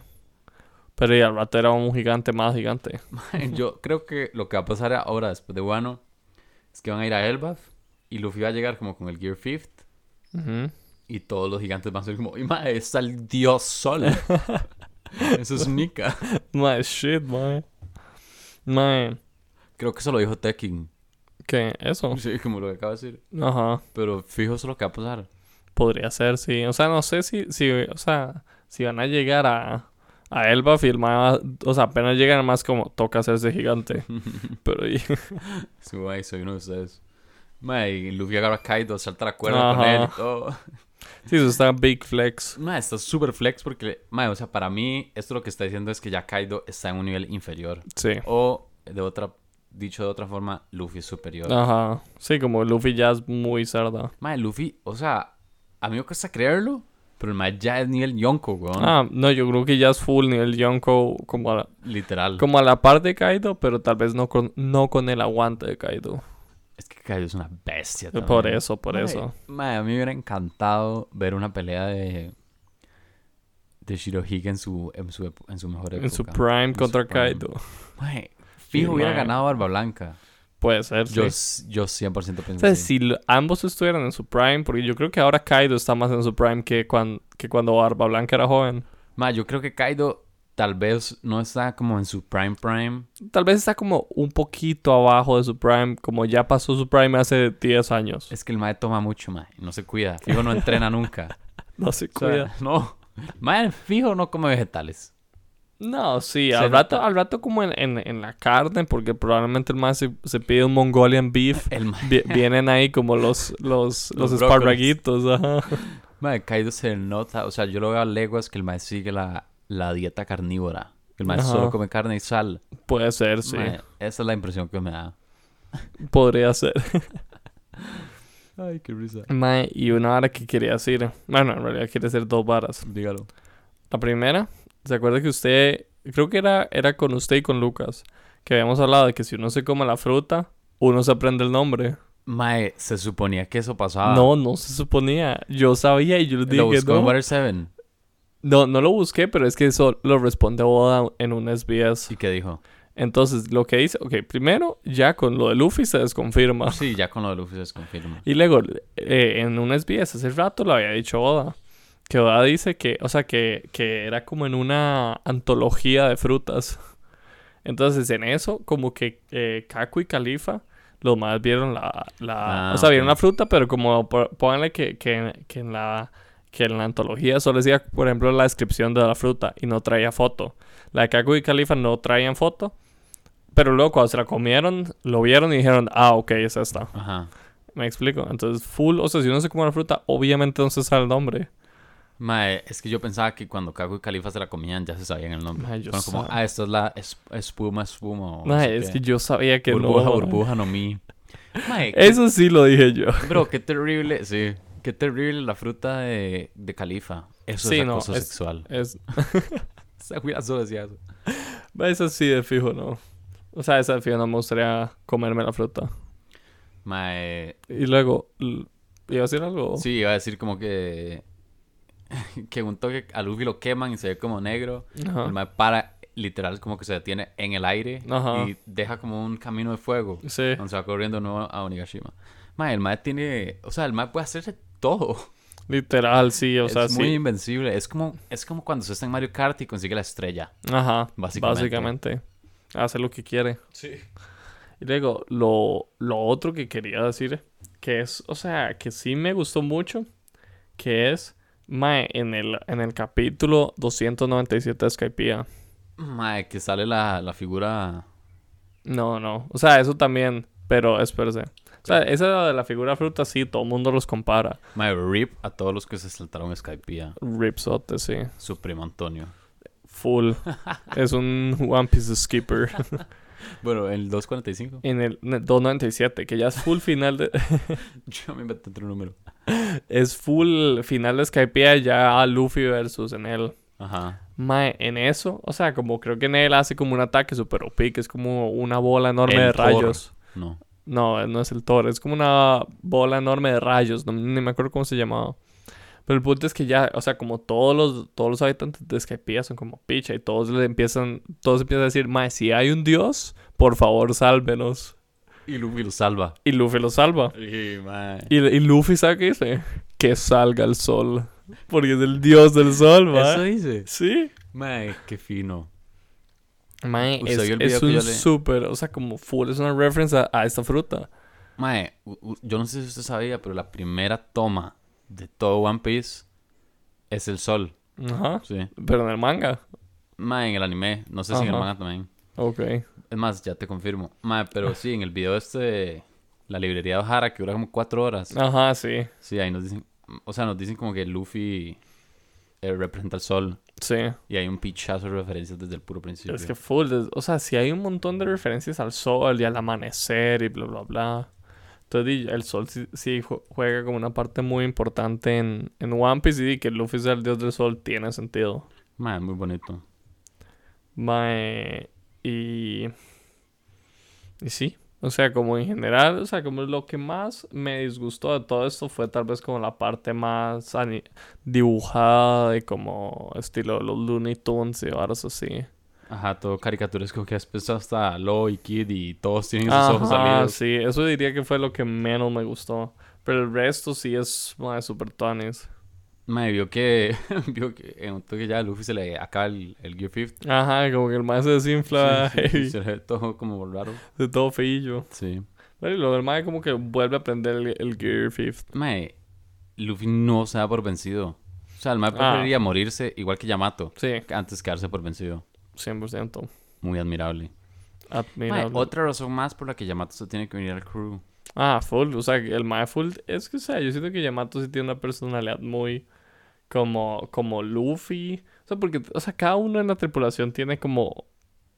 Pero y al rato era un gigante más gigante.
Yo creo que lo que va a pasar ahora después de Wano es que van a ir a Elbaf y Luffy va a llegar como con el Gear Fifth
Ujú.
y todos los gigantes van a ser como, ¡Y mae, está el dios Sol! Eso es Nika.
My shit, mae. Mae,
Creo que eso lo dijo Tekken.
¿qué? ¿Eso?
Sí, como lo que acaba de decir.
Ajá.
Pero fijo eso es lo que va a pasar.
Podría ser, sí. O sea, no sé si, si o sea, si van a llegar a, a Elba filmada. O sea, apenas llegan más como toca hacerse gigante. Pero y,
Sí, mae, soy uno de ustedes. Mae, y Luffy agarra a Kaido, salta la cuerda con
Ajá.
él y todo.
sí, eso está Big Flex.
Mae, está súper flex porque, mae, o sea, para mí esto lo que está diciendo es que ya Kaido está en un nivel inferior.
Sí.
O, de otra, dicho de otra forma, Luffy es superior.
Ajá. Sí, como Luffy ya es muy cerda.
Mae, Luffy, o sea, a mí me cuesta creerlo, pero el mae ya es nivel Yonko, weón.
Ah, no, yo creo que ya es full nivel Yonko como a la-
Literal.
Como a la par de Kaido, pero tal vez no con, no con el aguante de Kaido.
Es que Kaido es una bestia también.
Por eso, por
Mae,
eso.
Mae, a mí me hubiera encantado ver una pelea de... De Shirohige en su, en su, ep- en su mejor época.
En su prime
En su
contra
prime.
Kaido.
Mae, fijo hubiera
mae.
ganado Barba Blanca.
Puede ser, sí.
Yo, s- yo 100%
O
pienso
sea,
así.
si lo- ambos estuvieran en su prime, porque yo creo que ahora Kaido está más en su prime que, cuan- que cuando Barba Blanca era joven.
Mae, yo creo que Kaido tal vez no está como en su prime prime.
Tal vez está como un poquito abajo de su prime, como ya pasó su prime hace 10 años.
Es que el mae toma mucho, mae. No se cuida. Fijo no entrena nunca.
No se
O sea,
cuida.
no. Mae, fijo no come vegetales.
No, sí,
se
al rato,
nota-
al rato como en, en- en la carne, porque probablemente el más se, se pide un Mongolian beef.
El mae,
Vi- vienen ahí como los, los, los,
Los
esparraguitos, ajá.
mae, Kaido se nota. O sea, yo lo veo a leguas que el mae sigue la, la dieta carnívora. El mae
Ajá.
solo come carne y sal.
Puede ser, sí.
Mae, esa es la impresión que me da.
Podría ser.
Ay, qué risa.
Mae, y una vara que quería decir. Bueno, en realidad quiere hacer dos varas.
Dígalo.
La primera, ¿se acuerda que usted, creo que era, era con usted y con Lucas, que habíamos hablado de que si uno se come la fruta, uno se aprende el nombre?
Mae, se suponía que eso pasaba.
No, no se suponía. Yo sabía y yo les dije
Ah. Lo buscó en
no.
Water 7.
No, no lo busqué, pero es que eso lo responde Boda en un SBS.
¿Y qué dijo?
Entonces, lo que dice, ok, primero, ya con lo de Luffy se desconfirma.
Sí, ya con lo de Luffy se confirma.
Y luego, eh, en un SBS hace rato lo había dicho Oda. Que Oda dice que, o sea, que, que era como en una antología de frutas. Entonces, en eso, como que eh, Kaku y Califa, los más vieron la... la
Ah,
o sea, vieron
ok.
la fruta, pero como po- pónganle que, que, que en la... Que en la antología solo decía, por ejemplo, la descripción de la fruta y no traía foto. La de Kaku y Califa no traían foto. Pero luego cuando se la comieron, lo vieron y dijeron, ah, ok, es esta.
Ajá.
Me explico. Entonces, full, o sea, si uno se come la fruta, obviamente no se sabe el nombre.
Mae, es que yo pensaba que cuando Kaku y Califa se la comían ya se sabían el nombre.
Mae, yo
Fueron como,
sab-
ah, esta es la es- espuma, espuma. o no
Mae,
sé
es
qué.
que yo sabía que
burbuja,
no.
burbuja, no mi. Mae, qué-
Eso sí lo dije yo.
bro, qué terrible. Sí, qué terrible la fruta de, de Califa. Eso
Sí,
es
no,
acoso
es-
sexual.
Es,
Esa güey solo decía eso.
esa sí de fijo, no. O sea, esa de fijo no me gustaría comerme la fruta.
Mae,
Y luego, l- ¿iba a decir algo?
sí, iba a decir como que. Que un toque a Luffy lo queman y se ve como negro.
Ajá.
El mae para, literal, como que se detiene en el aire
Ajá.
y deja como un camino de fuego.
Sí.
Cuando se va corriendo de nuevo a Onigashima. Mae, el mae tiene. O sea, el mae puede hacerse todo.
Literal, sí, o sea,
es muy
sí.
invencible. Es como, es como cuando se está en Mario Kart y consigue la estrella.
Ajá.
Básicamente.
Básicamente. Hace lo que quiere. Y luego, lo, lo otro que quería decir, que es, o sea, que sí me gustó mucho, que es, mae, en el, en el capítulo 297 de Skypiea.
Mae, que sale la, la figura.
No, no, o sea, eso también, pero espérese. O sea, esa de la figura fruta, sí, todo el mundo los compara.
Mae, rip a todos los que se saltaron Skypiea.
Ripsote, sí.
Su primo Antonio.
Full. es un One Piece Skipper.
Bueno, el 245.
en el 297, que ya es full final de...
Yo me inventé otro número.
es full final de Skypiea ya Luffy versus en él.
Ajá.
Mae, en eso, o sea, como creo que en él hace como un ataque super OP, que es como una bola enorme
El
de
Thor.
rayos.
No.
No, no es el Thor, es como una bola enorme de rayos, no, ni me acuerdo cómo se llamaba. Pero el punto es que ya, o sea, como todos los, todos los habitantes de Skypiea son como picha y todos le empiezan, todos empiezan a decir, Mae, si hay un dios, por favor, sálvenos.
Y Luffy lo salva.
Y Luffy lo salva.
Y, mae.
Y, y Luffy, ¿sabe qué dice? Que salga el sol. Porque es el dios del sol, mae.
Eso dice.
Sí.
Mae, qué fino.
Mae,
Usted
es,
vio el
es
video que
un
yo le-
súper, o sea, como full, es una reference a, a esta fruta.
Mae, u- u- yo no sé si usted sabía, pero la primera toma de todo One Piece es el sol.
Ajá.
Sí.
Pero en el manga.
Mae, en el anime. No sé si en el
Ajá.
manga también.
Ok.
Es más, ya te confirmo. Mae, pero sí, en el video este de la librería de O'Hara, que dura como cuatro horas.
Ajá, sí.
Sí, ahí nos dicen... O sea, nos dicen como que Luffy eh, representa el sol.
Sí.
Y hay un pichazo de referencias desde el puro principio.
Es que full, es- o sea, si hay un montón de referencias al sol y al amanecer y bla, bla, bla. Entonces, di, el sol sí, sí ju- juega como una parte muy importante en, en One Piece y di que Luffy sea el dios del sol tiene sentido.
Mae, es muy bonito.
Mae, y... Y sí, o sea, como en general, o sea, como lo que más me disgustó de todo esto fue tal vez como la parte más ani- dibujada de como estilo de los Looney Tunes y varas así.
Ajá, todo caricaturesco que has pensado hasta Lo y Kid y todos tienen sus ojos
Ajá,
salidos.
sí, eso diría que fue lo que menos me gustó. Pero el resto sí es, mae, super tonis.
Mae, vio que, vio que en un toque ya a Luffy se le acaba el, el Gear Fifth.
Ajá, como que el mae se desinfla
Sí, sí,
heavy,
se le ve todo como raro.
de todo feillo.
Sí.
Pero y luego el mae como que vuelve a aprender el, el Gear Fifth.
Mae, Luffy no se da por vencido. O sea, el
Ah.
mae preferiría morirse igual que Yamato
Sí,
antes que darse por vencido.
100%.
Muy admirable. Mae,
Admirable.
otra razón más por la que Yamato se tiene que unir al crew.
Ah, full. O sea, el mae full. Es que, o sea, yo siento que Yamato sí tiene una personalidad muy. Como, como Luffy. O sea, porque, o sea, cada uno en la tripulación tiene como.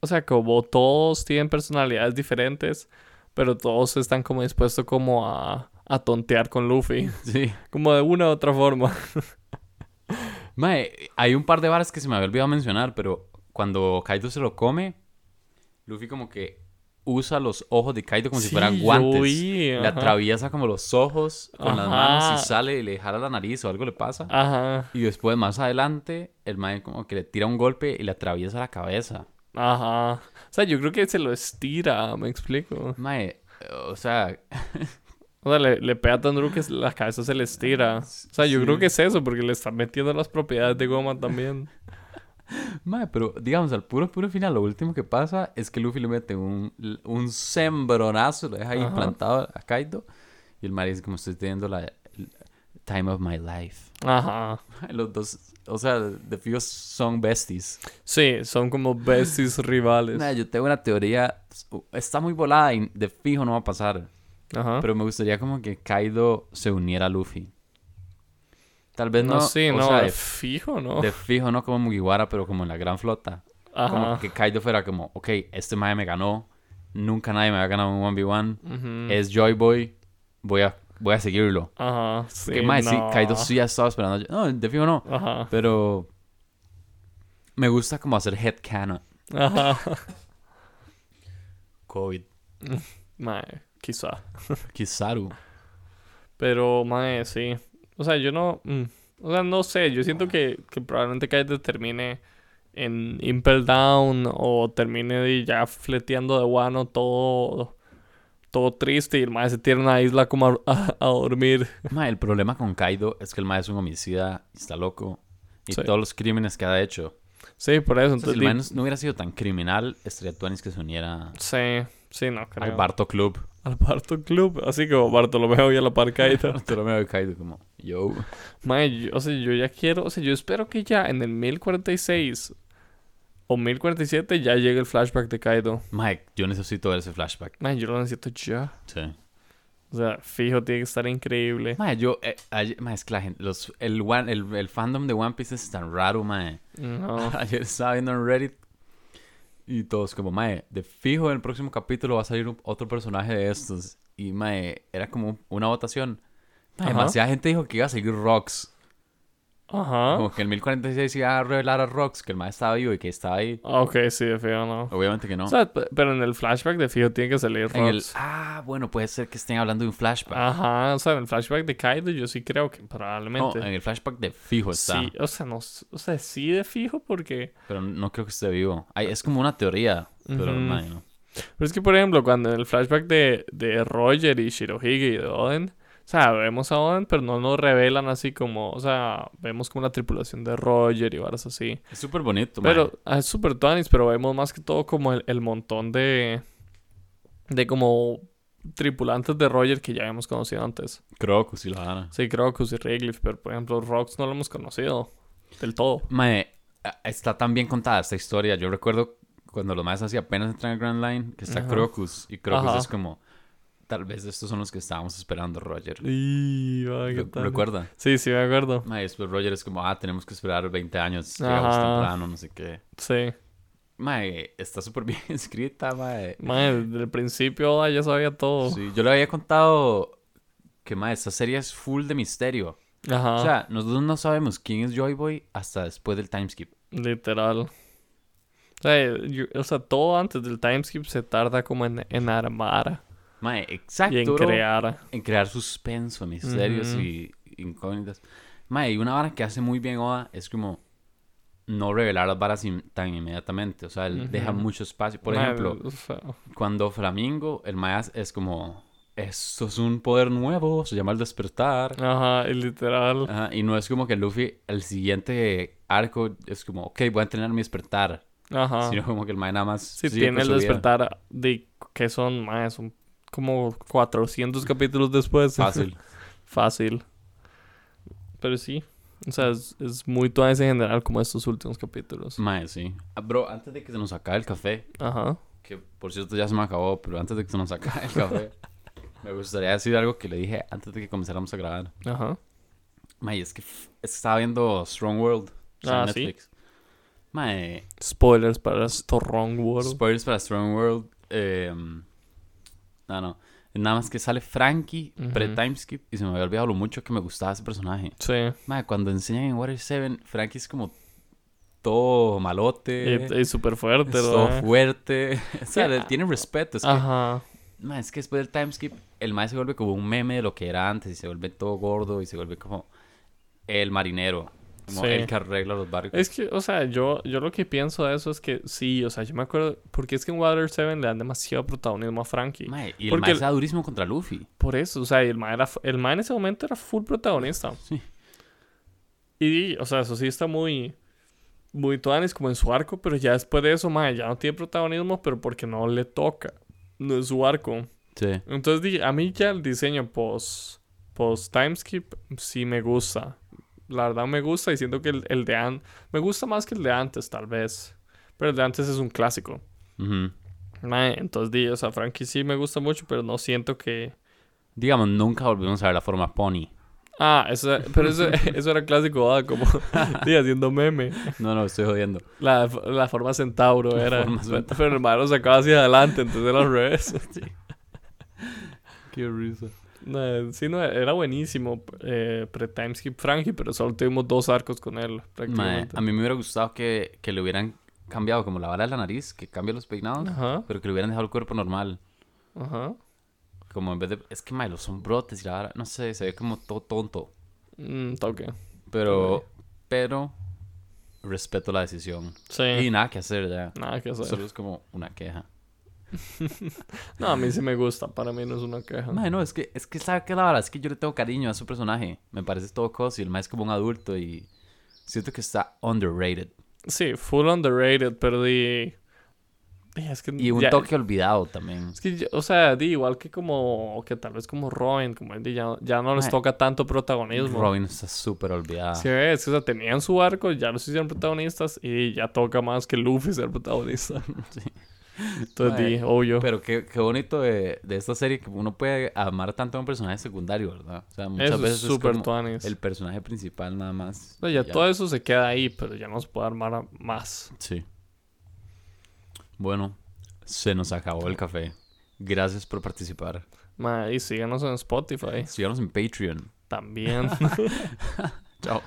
O sea, como todos tienen personalidades diferentes. Pero todos están como dispuestos como a, a tontear con Luffy.
Sí.
Como de una u otra forma.
Mae, hay un par de varas que se me había olvidado mencionar, pero cuando Kaido se lo come, Luffy como que usa los ojos de Kaido como si
Sí,
fueran
yo
guantes.
vi,
le
ajá.
atraviesa como los ojos con las
Ajá.
manos y sale y le jala la nariz o algo le pasa.
Ajá.
Y después, más adelante, el mae como que le tira un golpe y le atraviesa la cabeza.
Ajá. O sea, yo creo que se lo estira, me explico.
Mae, o sea,
O sea, le, le pega tan duro que la cabeza se le estira. O sea, yo
Sí.
creo que es eso, porque le están metiendo las propiedades de goma también.
mae, pero digamos, al puro, puro final, lo último que pasa es que Luffy le mete un, un sembronazo, lo deja ahí
Ajá.
plantado a Kaido. Y el mae dice como estoy teniendo la el time of my life.
Ajá.
Los dos, o sea, de fijo son besties.
Sí, son como besties rivales.
Mae, yo tengo una teoría, está muy volada y de fijo no va a pasar.
Ajá.
Pero me gustaría como que Kaido se uniera a Luffy. Tal vez no,
no, sí,
o
no,
sea,
de
de,
fijo, ¿no?
de fijo no como Mugiwara, pero como en la gran flota. Como
Ajá.
que Kaido fuera como, ok, este mae me ganó, nunca nadie me había ganado un 1v1,
Ujú.
es Joy Boy, voy a, voy a seguirlo.
Ajá.
Porque
sí,
mae, sí,
no.
Kaido sí ha estado esperando. No, de fijo no.
Ajá.
Pero me gusta como hacer headcanon.
Ajá.
COVID.
Mae, quizá.
Kizaru.
Pero, mae, sí. O sea, yo no. mm. O sea, no sé. Yo siento que, que probablemente Kaido termine en Impel Down o termine de ya fleteando de guano todo. Todo triste y el mae se tira a una isla como a, a- a dormir.
Mae, el problema con Kaido es que el mae es un homicida, está loco. Y
Sí.
todos los crímenes que ha hecho.
Sí, por eso.
O sea, si
Entonces,
el mae
di-
no, no hubiera sido tan criminal, estaría tuanis que se uniera
Sí, sí, no creo.
al Barto Club.
Al Barto Club. Así como Bartolomeo y a la Parcaita.
Bartolomeo de Kaido, como, yo.
Mae, yo- o sea, yo ya quiero, o sea, yo espero que ya en el 1046 o 1047 ya llegue el flashback de Kaido.
Mae, yo necesito ver ese flashback.
Mae, yo lo necesito ya.
Sí.
O sea, fijo, tiene que estar increíble.
Mae, yo. eh, ayer- mae, es que la gente. Los, el, one- el, el fandom de One Piece es tan raro, mae.
No.
Ayer estaba viendo en Reddit y todos como, mae, de fijo en el próximo capítulo va a salir un- otro personaje de estos. Y, mae, era como una votación. Mae,
Ajá.
demasiada gente dijo que iba a seguir Rox.
Ajá. Ah.
Como que el 1046 iba a revelar a Rox, que el mae estaba vivo y que estaba ahí.
Ok, sí, de fijo no.
Obviamente que no.
O sea, pe- pero en el flashback de fijo tiene que salir
En el,
Rox. Ah,
ah, bueno, puede ser que estén hablando de un flashback.
Ajá, o sea, en el flashback de Kaido yo sí creo que
no,
probablemente.
en el flashback de fijo está.
sí, o sea, no, s- o sea, sí de fijo porque...
Pero no creo que esté vivo. Ay, es como una teoría. Pero,
Ujú.
mae, no.
Pero es que, por ejemplo, cuando en el flashback de, de Roger y Shirohige y de Oden, o sea, vemos a Oden, pero no nos revelan así como, o sea, vemos como la tripulación de Roger y varas así.
Es súper bonito, mae.
Pero ah, es super tuanis, pero vemos más que todo como el, el montón de, de como tripulantes de Roger que ya habíamos conocido antes.
Crocus y la Habana.
Sí, Crocus y Redcliffe, pero por ejemplo, Rox no lo hemos conocido del todo.
Mae, a- está tan bien contada esta historia. Yo recuerdo cuando los más así apenas entran a Grand Line, que está
Ajá.
Crocus. Y Crocus
Ajá.
es como, tal vez estos son los que estábamos esperando, Roger.
Y, ay, qué
Re-
tuanis.
¿Recuerda?
Sí, sí, me acuerdo.
Mae, después Roger es como, ah, tenemos que esperar 20 años, llegamos
Ajá.
temprano, no sé qué.
Sí.
Mae, está súper bien escrita, mae.
Man, desde el principio Oda ya sabía todo.
Sí, yo le había contado que, mae, esta serie es full de misterio.
Ajá.
O sea, nosotros no sabemos quién es Joy Boy hasta después del timeskip.
Literal. O sea, yo- o sea, todo antes del timeskip se tarda como en, en armar
Mae, exacto.
y en
bro.
crear.
en crear suspenso, misterios
Ujú.
y incógnitas. Mae, y una vara que hace muy bien Oda es como no revelar las varas in- tan inmediatamente. O sea, él deja
Ujú.
mucho espacio. Por
Mae,
ejemplo,
o sea,
cuando Flamingo, el Mae hace- es como, esto es un poder nuevo, se llama el despertar.
ajá, y literal.
Ajá, y no es como que Luffy, el siguiente arco es como, ok, voy a entrenar mi despertar.
Ajá. Si
Sino como que el Mae nada más... sigue
Ah. tiene
con
el
su vida.
despertar de que son más, son como 400 capítulos después.
Fácil.
Fácil. Pero sí. O sea, es, es muy tuanes en general como estos últimos capítulos.
Mae, sí. Ah, Bro, antes de que se nos acabe el café,
Ajá.
que por cierto ya se me acabó, pero antes de que se nos acabe el café, me gustaría decir algo que le dije antes de que comenzáramos a grabar.
Ajá.
Mae, es que f- estaba viendo Strong World o sea,
Ah,
en
¿sí?
Netflix. Mae,
Spoilers para Strong World.
spoilers para Strong World. em, no, no. Nada más que sale Frankie,
Ujú.
pre-timeskip, y se me había olvidado lo mucho que me gustaba ese personaje.
Sí.
Madre, cuando enseñan en Water 7, Frankie es como todo malote,
Y, y súper
es
fuerte,
todo
¿verdad?
fuerte. o sea,
ah. Sí,
le
ah.
tiene respeto. Es que,
Ajá.
mae, es que después del timeskip, el mae se vuelve como un meme de lo que era antes, y se vuelve todo gordo, y se vuelve como el marinero, como
Sí.
el que arregla los barcos.
Es que, o sea, yo, yo lo que pienso de eso es que sí, o sea, yo me acuerdo, porque es que en Water 7 le dan demasiado protagonismo a Frankie.
Mae, y el
porque
mae
el-
está durísimo contra Luffy.
Por eso, o sea, y el man, era, el man en ese momento era full protagonista.
Sí.
Y, o sea, eso sí está muy. Muy tuanes como en su arco, pero ya después de eso, mae, ya no tiene protagonismo, pero porque no le toca. No es su arco.
Sí.
Entonces, di- a mí ya el diseño post. Post timeskip sí me gusta. La verdad me gusta y siento que el, el de antes. Me gusta más que el de antes, tal vez. Pero el de antes es un clásico.
Ujú.
Mae, entonces, di, o sea, Frankie sí me gusta mucho, pero no siento que.
Digamos, nunca volvimos a ver la forma Pony.
Ah, eso, pero eso, eso era clásico, ah, como sí, haciendo meme.
No, no, estoy jodiendo.
La, la forma centauro
La
era.
forma
pero,
centauro.
el man lo sacaba hacia adelante, entonces era al revés.
Qué risa.
No, eh, sí, no, era buenísimo eh, pre-timeskip Frankie, pero solo tuvimos dos arcos con él, prácticamente.
a mí me hubiera gustado que, que le hubieran cambiado como la vara de la nariz, que cambia los peinados,
Ajá,
pero que le hubieran dejado el cuerpo normal.
ajá.
Como en vez de. Es que, mae, los sombrotes y la vara. No sé, se ve como todo tonto.
Mm, toque.
Pero. Pero. Respeto la decisión.
Sí.
Y nada que hacer ya.
Nada que hacer.
Solo es como una queja.
No, a mí sí me gusta, para mí no es una queja.
Mae, no, es que, es que, ¿sabe qué es la vara? Es que yo le tengo cariño a su personaje. Me parece todo coso y el mae es como un adulto y. Siento que está underrated.
Sí, full underrated, pero di. di, Es que
Y un
ya-
toque olvidado también.
Es que, ya- o sea, di, igual que como, que tal vez como Robin, como él di, ya, ya no les
Mae.
toca tanto protagonismo.
Robin ah. está súper olvidada.
Sí, es que, o sea, tenían su arco, ya los hicieron protagonistas y ya toca más que Luffy ser protagonista.
Sí.
Entonces,
Mae,
di, obvio.
Pero qué, qué bonito de, de esta serie que uno puede amar tanto a un personaje secundario, ¿verdad? O sea, muchas
Eso es
veces es
súper
como
tuanis.
el personaje principal nada más.
O sea, ya,
Ya.
todo eso se queda ahí, pero ya no se puede armar a- más.
Sí. Bueno, se nos acabó el café. Gracias por participar.
Mae, y síganos en Spotify
Síganos en Patreon.
también.
Chao.